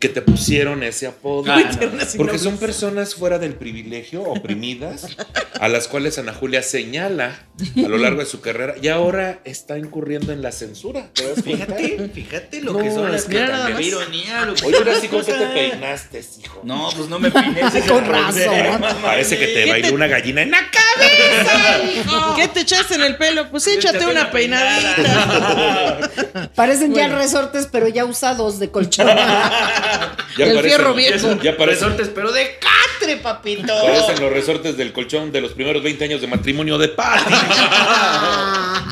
Speaker 3: que te pusieron ese apodo.
Speaker 2: Muy
Speaker 1: tiernas y
Speaker 3: porque son
Speaker 1: nobles.
Speaker 3: personas fuera del privilegio, oprimidas, a las cuales Ana Julia señala a lo largo de su carrera y ahora está incurriendo en la censura. ¿te das cuenta?
Speaker 2: Fíjate, fíjate lo
Speaker 3: No,
Speaker 2: que son
Speaker 3: es
Speaker 2: las
Speaker 3: que
Speaker 1: mira nada
Speaker 2: cosas.
Speaker 1: más.
Speaker 2: Qué ironía. lo
Speaker 3: Oye, ahora sí, ¿con qué te
Speaker 2: cosa.
Speaker 3: peinaste, hijo?
Speaker 2: No, pues no me peiné. ese es el
Speaker 4: Con
Speaker 2: problema,
Speaker 4: razón.
Speaker 3: Parece que te
Speaker 2: mami.
Speaker 3: bailó una gallina en la
Speaker 4: <laughs>
Speaker 1: ¿Qué te echaste en el pelo? Pues échate una peinadita.
Speaker 4: Parecen ya resortes, pero ya usados de
Speaker 1: <laughs>
Speaker 4: colchón. <laughs>
Speaker 3: Ya
Speaker 1: El
Speaker 3: parecen-
Speaker 1: fierro viejo.
Speaker 3: Ya parecen,
Speaker 2: Resortes, pero de catre, papito.
Speaker 3: parecen los resortes del colchón de los primeros 20 años de matrimonio de Patty.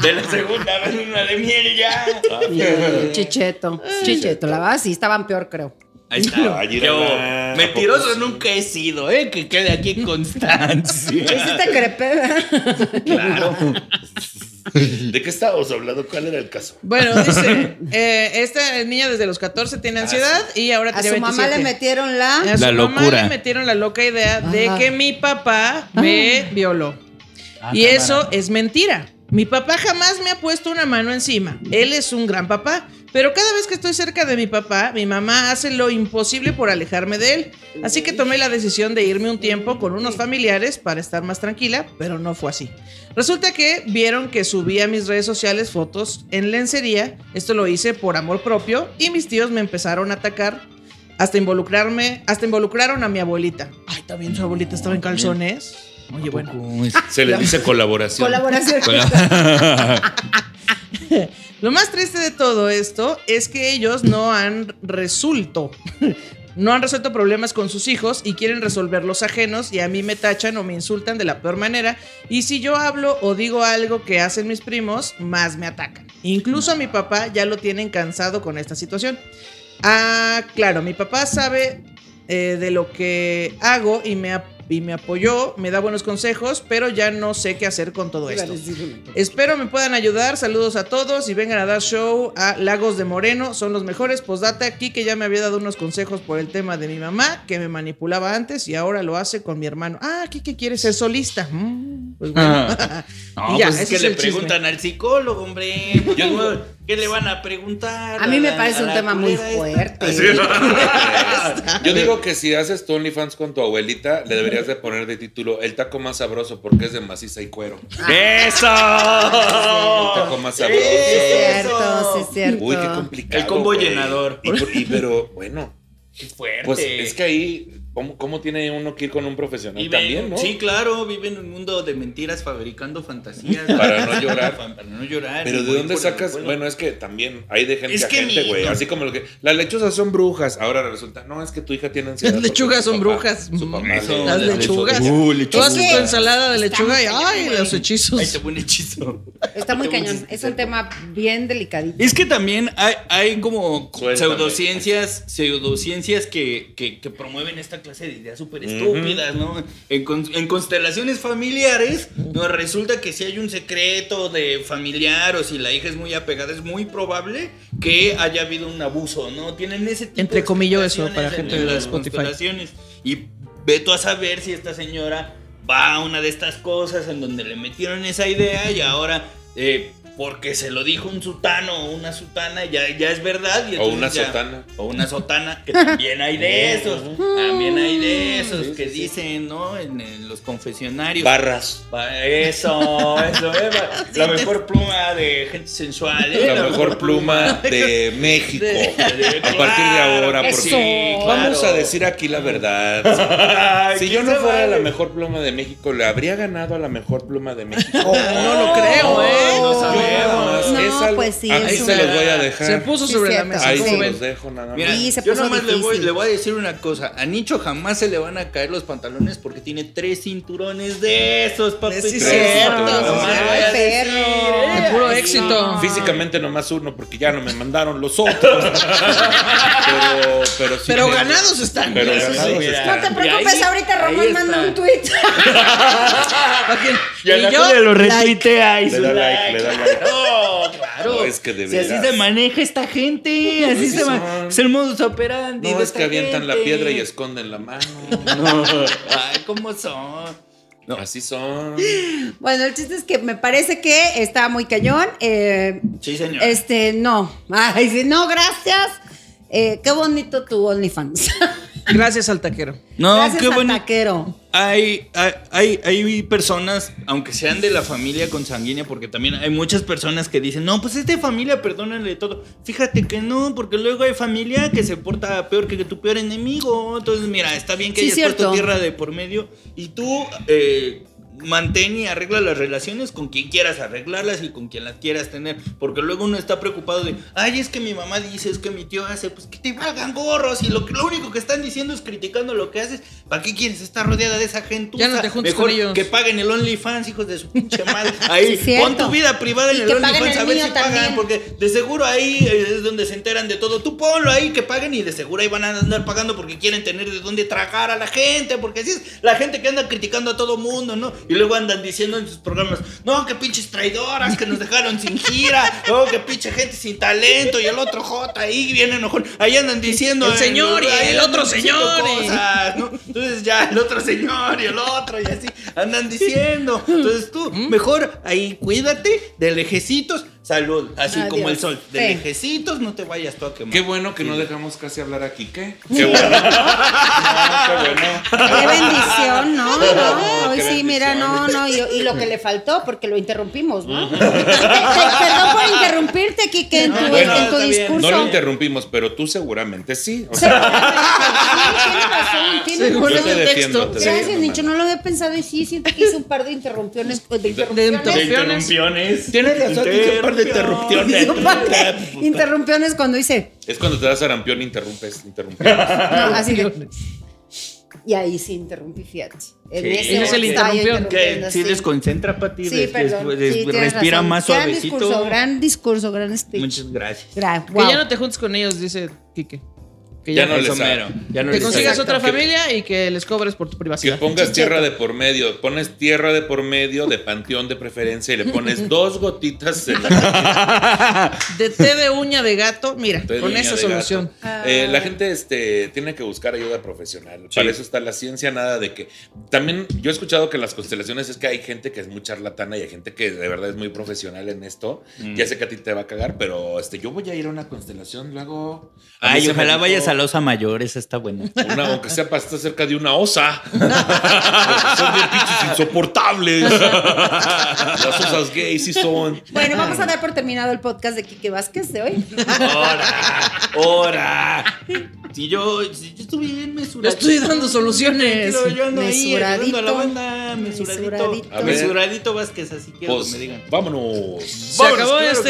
Speaker 2: De la segunda vez una de miel ya.
Speaker 4: Chicheto. Chicheto, la verdad sí, estaban peor, creo.
Speaker 2: Ahí está.
Speaker 3: Ay,
Speaker 2: Yo,
Speaker 3: mírala. ¿A
Speaker 2: mentiroso
Speaker 3: poco sí?
Speaker 2: nunca he sido, ¿eh? Que quede aquí
Speaker 4: <laughs>
Speaker 1: <laughs>
Speaker 2: constancia.
Speaker 4: Hiciste crepe.
Speaker 3: ¿De qué
Speaker 5: estábamos hablando? ¿Cuál era el caso?
Speaker 1: Bueno,
Speaker 4: <laughs>
Speaker 1: dice, eh, esta niña desde los 14 tiene
Speaker 3: Ah,
Speaker 1: ansiedad y ahora
Speaker 4: A
Speaker 1: tiene
Speaker 4: su mamá le
Speaker 1: 27.
Speaker 4: metieron
Speaker 1: A
Speaker 4: la.
Speaker 1: su
Speaker 3: La
Speaker 1: mamá
Speaker 3: locura.
Speaker 1: le metieron la loca idea de
Speaker 4: Ajá.
Speaker 1: que mi papá me violó. y eso es mentira. Mi papá jamás me ha puesto una mano encima. Él es un gran papá. Pero cada vez que estoy cerca de mi papá, mi mamá hace lo imposible por alejarme de él. Así que tomé la decisión de irme un tiempo con unos familiares para estar más tranquila, pero no fue así. Resulta que vieron que subí a mis redes sociales fotos en lencería. Esto lo hice por amor propio y mis tíos me empezaron a atacar hasta involucrarme, hasta involucraron a mi abuelita. Ay, también su abuelita estaba en calzones. Oye, bueno.
Speaker 3: Se le dice colaboración.
Speaker 4: Colaboración.
Speaker 1: Lo más triste de todo esto es que ellos no han resuelto. <laughs> No han resuelto problemas con sus hijos y quieren resolver los ajenos y a mí me tachan o me insultan de la peor manera. Y si yo hablo o digo algo que hacen mis primos, más me atacan. Incluso a mi papá ya lo tienen cansado con esta situación. Ah, claro, mi papá sabe eh, de lo que hago y me, ap- y me apoyó, me da buenos consejos, pero ya no sé qué hacer con todo esto. Espero me puedan ayudar. Saludos a todos y vengan a dar show a Lagos de Moreno. Son los mejores. Postdata aquí que ya me había dado unos consejos por el tema de mi mamá, que me manipulaba antes y ahora lo hace con mi hermano. Ah, Kike quiere ser solista. Mm, pues bueno.
Speaker 2: No,
Speaker 1: Y ya,
Speaker 2: pues es
Speaker 1: ese
Speaker 2: que
Speaker 1: es
Speaker 2: le
Speaker 1: el chisme.
Speaker 2: preguntan al psicólogo, hombre. Pues, ¿Qué le van a preguntar?
Speaker 4: A mí me
Speaker 2: la-
Speaker 4: parece
Speaker 2: a
Speaker 4: un
Speaker 2: la
Speaker 4: tema muy
Speaker 2: culera esta?
Speaker 4: fuerte.
Speaker 3: <laughs>
Speaker 2: <laughs>
Speaker 3: <laughs> Yo digo que si haces tu OnlyFans con tu abuelita, le deberías de poner de título el taco más sabroso porque es de maciza y cuero. El
Speaker 4: <laughs>
Speaker 2: ¡Eso!
Speaker 3: taco más
Speaker 4: Oh, Sí,
Speaker 3: sabroso.
Speaker 4: es
Speaker 2: Eso.
Speaker 4: cierto, sí, es cierto.
Speaker 3: Uy, qué complicado.
Speaker 2: El combo
Speaker 3: güey.
Speaker 2: llenador.
Speaker 3: Y por- y pero bueno,
Speaker 2: Qué fuerte.
Speaker 3: pues es que ahí, ¿cómo, cómo tiene uno que ir con un profesional
Speaker 2: Viven-
Speaker 3: también, no?
Speaker 2: Sí, claro, viven en un mundo de mentiras fabricando fantasías.
Speaker 3: <laughs> Para no
Speaker 2: <laughs>
Speaker 3: llorar.
Speaker 2: Para no llorar.
Speaker 3: Pero
Speaker 2: Y
Speaker 3: ¿de
Speaker 2: voy
Speaker 3: dónde
Speaker 2: por
Speaker 3: sacas?
Speaker 2: el
Speaker 3: Bueno, es que también hay de gente
Speaker 2: Es
Speaker 3: a
Speaker 2: que
Speaker 3: gente,
Speaker 2: mi-
Speaker 3: güey. Así como lo que. Las lechuzas son brujas. Ahora resulta, no, es que tu hija tiene ansiedad.
Speaker 1: <laughs> Las
Speaker 3: porque
Speaker 1: lechugas
Speaker 3: su
Speaker 1: son
Speaker 3: papá-
Speaker 1: brujas.
Speaker 3: su papá
Speaker 1: Mm,
Speaker 3: le-
Speaker 2: eso,
Speaker 3: le-
Speaker 1: Las
Speaker 3: le- le-
Speaker 1: lechugas.
Speaker 3: Uh,
Speaker 1: Tú haces tu
Speaker 4: Oye,
Speaker 1: ensalada de
Speaker 4: está
Speaker 1: lechuga y
Speaker 4: muy
Speaker 1: ay,
Speaker 4: cañón,
Speaker 1: los
Speaker 4: güey.
Speaker 1: hechizos.
Speaker 2: Ahí te pone hechizo.
Speaker 4: Está muy cañón. Es un tema bien delicadito.
Speaker 2: Es que también hay, hay como
Speaker 3: Suéltame.
Speaker 2: pseudociencias, pseudociencias que, que- que promueven esta clase de ideas súper estúpidas, ¿no? En, con- en constelaciones familiares, nos resulta que si hay un secreto de familiar o si la hija es muy apegada, es muy probable que haya habido un abuso, ¿no? Tienen ese tipo
Speaker 1: Entre
Speaker 2: de
Speaker 1: comillo eso,
Speaker 2: explicaciones
Speaker 1: para
Speaker 2: en-
Speaker 1: gente
Speaker 2: en
Speaker 1: de
Speaker 2: las
Speaker 1: Spotify.
Speaker 2: constelaciones. Y ve tú a saber si esta señora va a una de estas cosas en donde le metieron esa idea y ahora eh, porque se lo dijo un sutano o una sutana ya, ya es verdad. y
Speaker 3: O una
Speaker 2: entonces ya-
Speaker 3: sotana. Eh,
Speaker 2: O una sotana, que también hay
Speaker 3: <laughs>
Speaker 2: de esos. También hay de esos que dicen, ¿no? En, en los confesionarios.
Speaker 3: Barras.
Speaker 2: Va- Eso, eso, eh, va- la mejor pluma de gente sensual. eh,
Speaker 3: La mejor
Speaker 2: <laughs>
Speaker 3: pluma de México. A partir de ahora,
Speaker 2: Claro,
Speaker 3: porque
Speaker 2: sí, claro.
Speaker 3: vamos a decir aquí la verdad.
Speaker 2: Ay,
Speaker 3: Si
Speaker 2: ¿quién
Speaker 3: yo no
Speaker 2: se
Speaker 3: fuera
Speaker 2: vale?
Speaker 3: la mejor pluma de México, le habría ganado a la mejor pluma de México.
Speaker 1: <laughs> No lo creo, ¿eh?
Speaker 2: No
Speaker 3: Yo nada
Speaker 2: sabemos.
Speaker 3: más,
Speaker 4: No,
Speaker 3: es algo-
Speaker 4: pues sí,
Speaker 3: Aquí
Speaker 4: es
Speaker 3: se
Speaker 2: una-
Speaker 3: los voy a dejar.
Speaker 1: Se puso
Speaker 4: Sí,
Speaker 1: sobre la
Speaker 4: cierto.
Speaker 1: mesa.
Speaker 3: Ahí
Speaker 4: Sí.
Speaker 3: se
Speaker 1: ¿cómo
Speaker 3: los
Speaker 1: ven?
Speaker 3: dejo nada más.
Speaker 2: Mira,
Speaker 4: Sí, se
Speaker 2: yo
Speaker 4: puso
Speaker 2: nomás le voy,
Speaker 4: difícil.
Speaker 2: le voy a decir una cosa. A Nicho jamás se le van a caer los pantalones porque tiene tres cinturones de esos, papi.
Speaker 1: Sí,
Speaker 2: Tres
Speaker 1: cierto,
Speaker 2: cinturones.
Speaker 1: sí,
Speaker 2: Nomás le voy a decir,
Speaker 4: perro.
Speaker 2: ¿eh?
Speaker 1: De puro
Speaker 2: Ay,
Speaker 1: éxito.
Speaker 3: Físicamente nomás uno porque ya no me mandaron los otros. <laughs> pero, pero sí
Speaker 1: Pero
Speaker 3: me-
Speaker 1: ganados están. ¿eh?
Speaker 3: Pero
Speaker 2: Sí,
Speaker 3: ganados
Speaker 2: sí,
Speaker 3: están.
Speaker 4: No te
Speaker 2: Y
Speaker 4: preocupes,
Speaker 2: ahí-
Speaker 4: ahorita
Speaker 2: ahí
Speaker 4: Román
Speaker 2: está. <laughs>
Speaker 4: manda un tweet.
Speaker 1: ¿Para quién?
Speaker 2: Y a la
Speaker 1: yo,
Speaker 2: Julia lo
Speaker 1: like.
Speaker 2: retuitea y
Speaker 3: Le
Speaker 2: su
Speaker 3: da like, le da like.
Speaker 2: No, claro.
Speaker 3: No, es que de
Speaker 2: si así
Speaker 3: veras.
Speaker 2: se maneja esta gente, así
Speaker 3: sí
Speaker 2: se maneja.
Speaker 3: son.
Speaker 2: Es el modus operandi.
Speaker 3: No,
Speaker 2: de
Speaker 3: es que
Speaker 2: esta
Speaker 3: avientan la
Speaker 2: gente.
Speaker 3: piedra y esconden la mano.
Speaker 2: No. Ay, ¿cómo son? No.
Speaker 3: <laughs> Así son.
Speaker 4: <laughs> Bueno, el chiste es que me parece que está muy cañón. Eh,
Speaker 2: Sí, señor.
Speaker 4: este, no. Ay, sí, no, gracias. Eh, qué bonito tu OnlyFans.
Speaker 1: Gracias al taquero.
Speaker 2: no,
Speaker 4: <laughs> gracias
Speaker 2: qué
Speaker 4: al
Speaker 2: bonito.
Speaker 4: taquero.
Speaker 2: Hay, hay, hay, hay personas, aunque sean de la familia consanguínea, porque también hay muchas personas que dicen, no, pues es de familia, perdónale todo. Fíjate que no, porque luego hay familia que se porta peor que tu peor enemigo. Entonces, mira, está bien que
Speaker 4: Sí,
Speaker 2: hayas
Speaker 4: cierto.
Speaker 2: puesto tierra de por medio y tú eh, mantén y arregla las relaciones con quien quieras arreglarlas y con quien las quieras tener. Porque luego uno está preocupado de, ay, es que mi mamá dice, es que mi tío hace, pues que te valgan gorros y lo, que- lo único que están diciendo es criticando lo que haces. ¿Para qué quieres estar rodeada de esa gente?
Speaker 1: Ya no te juntes con ellos.
Speaker 2: Que paguen el OnlyFans, hijos de su pinche madre. Ahí,
Speaker 4: <laughs> Sí,
Speaker 2: pon
Speaker 4: cierto.
Speaker 2: tu vida privada en
Speaker 4: Y
Speaker 2: el
Speaker 4: que paguen
Speaker 2: OnlyFans
Speaker 4: el
Speaker 2: a ver
Speaker 4: mío
Speaker 2: si pagan,
Speaker 4: también.
Speaker 2: porque de seguro ahí eh, es donde se enteran de todo. Tú ponlo ahí, que paguen y de seguro ahí van a andar pagando porque quieren tener de dónde tragar a la gente, porque así es la gente que anda criticando a todo mundo, ¿no? Y luego andan diciendo en sus programas, no, que pinches traidoras que nos dejaron sin gira, <laughs> no, que pinche gente sin talento y el otro J ahí viene enojón. Ahí andan diciendo...
Speaker 1: El
Speaker 2: eh,
Speaker 1: señor y
Speaker 2: ahí
Speaker 1: el
Speaker 2: andan
Speaker 1: otro
Speaker 2: diciendo
Speaker 1: señor y-
Speaker 2: cosas, Ah, ¿no? Entonces ya el otro señor y el otro y así andan diciendo. Entonces tú, mejor ahí cuídate de lejecitos. Salud, así
Speaker 4: Adiós.
Speaker 2: como el sol. De
Speaker 4: Sí.
Speaker 2: lejecitos no te vayas tú a quemar.
Speaker 3: Qué bueno que no dejamos casi hablar aquí, ¿qué? Qué bueno. No, qué bueno.
Speaker 4: Qué bendición, ¿no? no hoy
Speaker 3: qué
Speaker 4: sí, mira, no,
Speaker 3: bendición.
Speaker 4: no. Y, y lo que le faltó, porque lo interrumpimos, ¿no? Te- te- Perdón por interrumpirte, Kike, en tu,
Speaker 2: Bueno,
Speaker 4: en tu
Speaker 2: está bien.
Speaker 4: discurso.
Speaker 3: No lo interrumpimos, pero tú seguramente sí. O
Speaker 4: Sí,
Speaker 3: sea,
Speaker 4: tienes razón, tienes
Speaker 1: Según
Speaker 3: yo
Speaker 4: razón.
Speaker 3: te
Speaker 1: el
Speaker 3: defiendo,
Speaker 1: texto.
Speaker 3: te
Speaker 4: Gracias,
Speaker 3: defiendo,
Speaker 4: Nicho,
Speaker 3: man.
Speaker 4: no lo había pensado y sí, siento que hice un par de interrupciones. De interrupciones.
Speaker 2: De
Speaker 1: Interrupciones.
Speaker 2: interrumpiones.
Speaker 3: Tienes razón, dice un par de
Speaker 4: <laughs>
Speaker 3: interrupciones.
Speaker 4: Hice un
Speaker 3: <laughs>
Speaker 4: par de
Speaker 2: <laughs>
Speaker 4: interrumpiones cuando hice.
Speaker 3: Es cuando te das sarampión, interrumpes, interrumpes.
Speaker 4: no, así de- y ahí sí interrumpí, fíjate. En
Speaker 2: Sí.
Speaker 4: ese
Speaker 2: Ese es el
Speaker 4: momento estaba yo
Speaker 1: interrumpión.
Speaker 2: Que
Speaker 4: interrumpiendo,
Speaker 2: sí
Speaker 4: sí.
Speaker 2: desconcentra, Pati.
Speaker 4: Sí,
Speaker 2: des-
Speaker 4: perdón.
Speaker 2: des-
Speaker 4: sí,
Speaker 2: des-
Speaker 4: tienes
Speaker 2: respira
Speaker 4: razón.
Speaker 2: más
Speaker 4: gran
Speaker 2: suavecito.
Speaker 4: Discurso, gran discurso, gran speech.
Speaker 2: Muchas gracias.
Speaker 4: Gra-
Speaker 1: Que
Speaker 4: wow.
Speaker 1: ya no te juntes con ellos, dice Quique. Que
Speaker 3: Ya
Speaker 1: ya,
Speaker 3: no les
Speaker 2: Somero,
Speaker 3: hago.
Speaker 2: ya no
Speaker 1: te
Speaker 2: les
Speaker 1: consigas
Speaker 2: hago.
Speaker 1: otra
Speaker 2: Que-
Speaker 1: familia y que les cobres por tu
Speaker 3: Que
Speaker 1: privacidad.
Speaker 3: pongas tierra de por medio, pones tierra de por medio de panteón de preferencia y
Speaker 2: <laughs>
Speaker 3: le pones dos gotitas de
Speaker 1: De té de uña de gato, mira,
Speaker 3: Estoy
Speaker 1: con
Speaker 3: dueña
Speaker 1: esa
Speaker 3: de
Speaker 1: solución.
Speaker 3: gato. Eh, la gente este, tiene que buscar ayuda profesional.
Speaker 2: Sí.
Speaker 3: Para eso está la ciencia, nada de que. También yo he escuchado que en las constelaciones es que hay gente que es muy charlatana y hay gente que de verdad es muy profesional en esto.
Speaker 2: Mm.
Speaker 3: Ya sé que a ti te va a cagar, pero este, yo voy a ir a una constelación, lo hago. A mí
Speaker 2: Ay,
Speaker 3: se me
Speaker 2: ojalá
Speaker 3: dijo
Speaker 2: vayas a la osa mayor, esa está buena.
Speaker 3: una- aunque sea para estar cerca de una osa. <laughs> son bien pinches
Speaker 2: <laughs>
Speaker 3: insoportables. Las osas gays sí son.
Speaker 4: Bueno, vamos a dar por terminado el podcast de Quique Vázquez de hoy.
Speaker 2: ¡Hora! ¡Hora! Si yo, si yo estuve bien
Speaker 1: Le
Speaker 2: mesurado.
Speaker 1: estoy dando soluciones.
Speaker 2: Tranquilo, yo ando ahí ayudando
Speaker 4: Mesuradito.
Speaker 2: a la banda. Mesuradito.
Speaker 4: Mesuradito.
Speaker 3: A ver.
Speaker 2: Mesuradito Vázquez, así quiero que
Speaker 3: Pues,
Speaker 2: me digan.
Speaker 3: vámonos.
Speaker 1: Se
Speaker 2: Vámonos,
Speaker 1: acabó
Speaker 2: claro que
Speaker 1: este,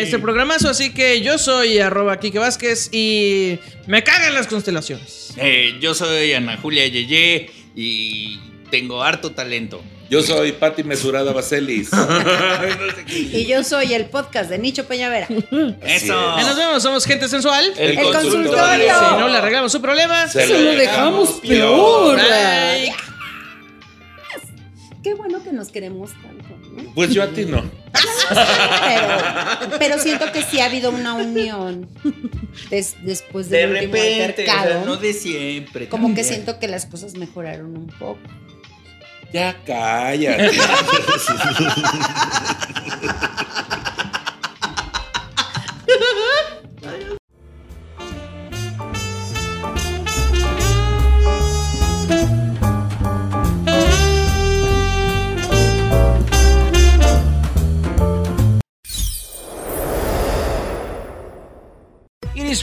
Speaker 2: sí.
Speaker 1: este programazo, así que yo soy arroba Quique Vázquez y me cagan las constelaciones.
Speaker 2: Eh, yo soy Ana Julia Yeye y tengo harto talento.
Speaker 3: Yo soy Patti
Speaker 2: <laughs>
Speaker 3: Mesurada Baselis.
Speaker 4: Y yo soy el podcast de Nicho Peñavera.
Speaker 2: Eso.
Speaker 1: Ya nos vemos, somos gente sensual.
Speaker 3: El
Speaker 4: El
Speaker 3: consultorio.
Speaker 4: consultorio.
Speaker 1: Si no le arreglamos su problema,
Speaker 3: Se lo dejamos peor.
Speaker 1: like.
Speaker 4: Qué bueno que nos queremos tanto,
Speaker 2: <laughs>
Speaker 4: ¿no?
Speaker 3: Pues yo a ti no.
Speaker 4: Pero, pero siento que sí ha habido una unión des- después
Speaker 2: De
Speaker 4: del último
Speaker 2: repente, o sea,
Speaker 4: altercado.
Speaker 2: no de siempre.
Speaker 4: Como que
Speaker 2: también.
Speaker 4: siento que las cosas mejoraron un poco.
Speaker 3: Ya
Speaker 2: <laughs>
Speaker 3: cállate.
Speaker 5: <laughs> It is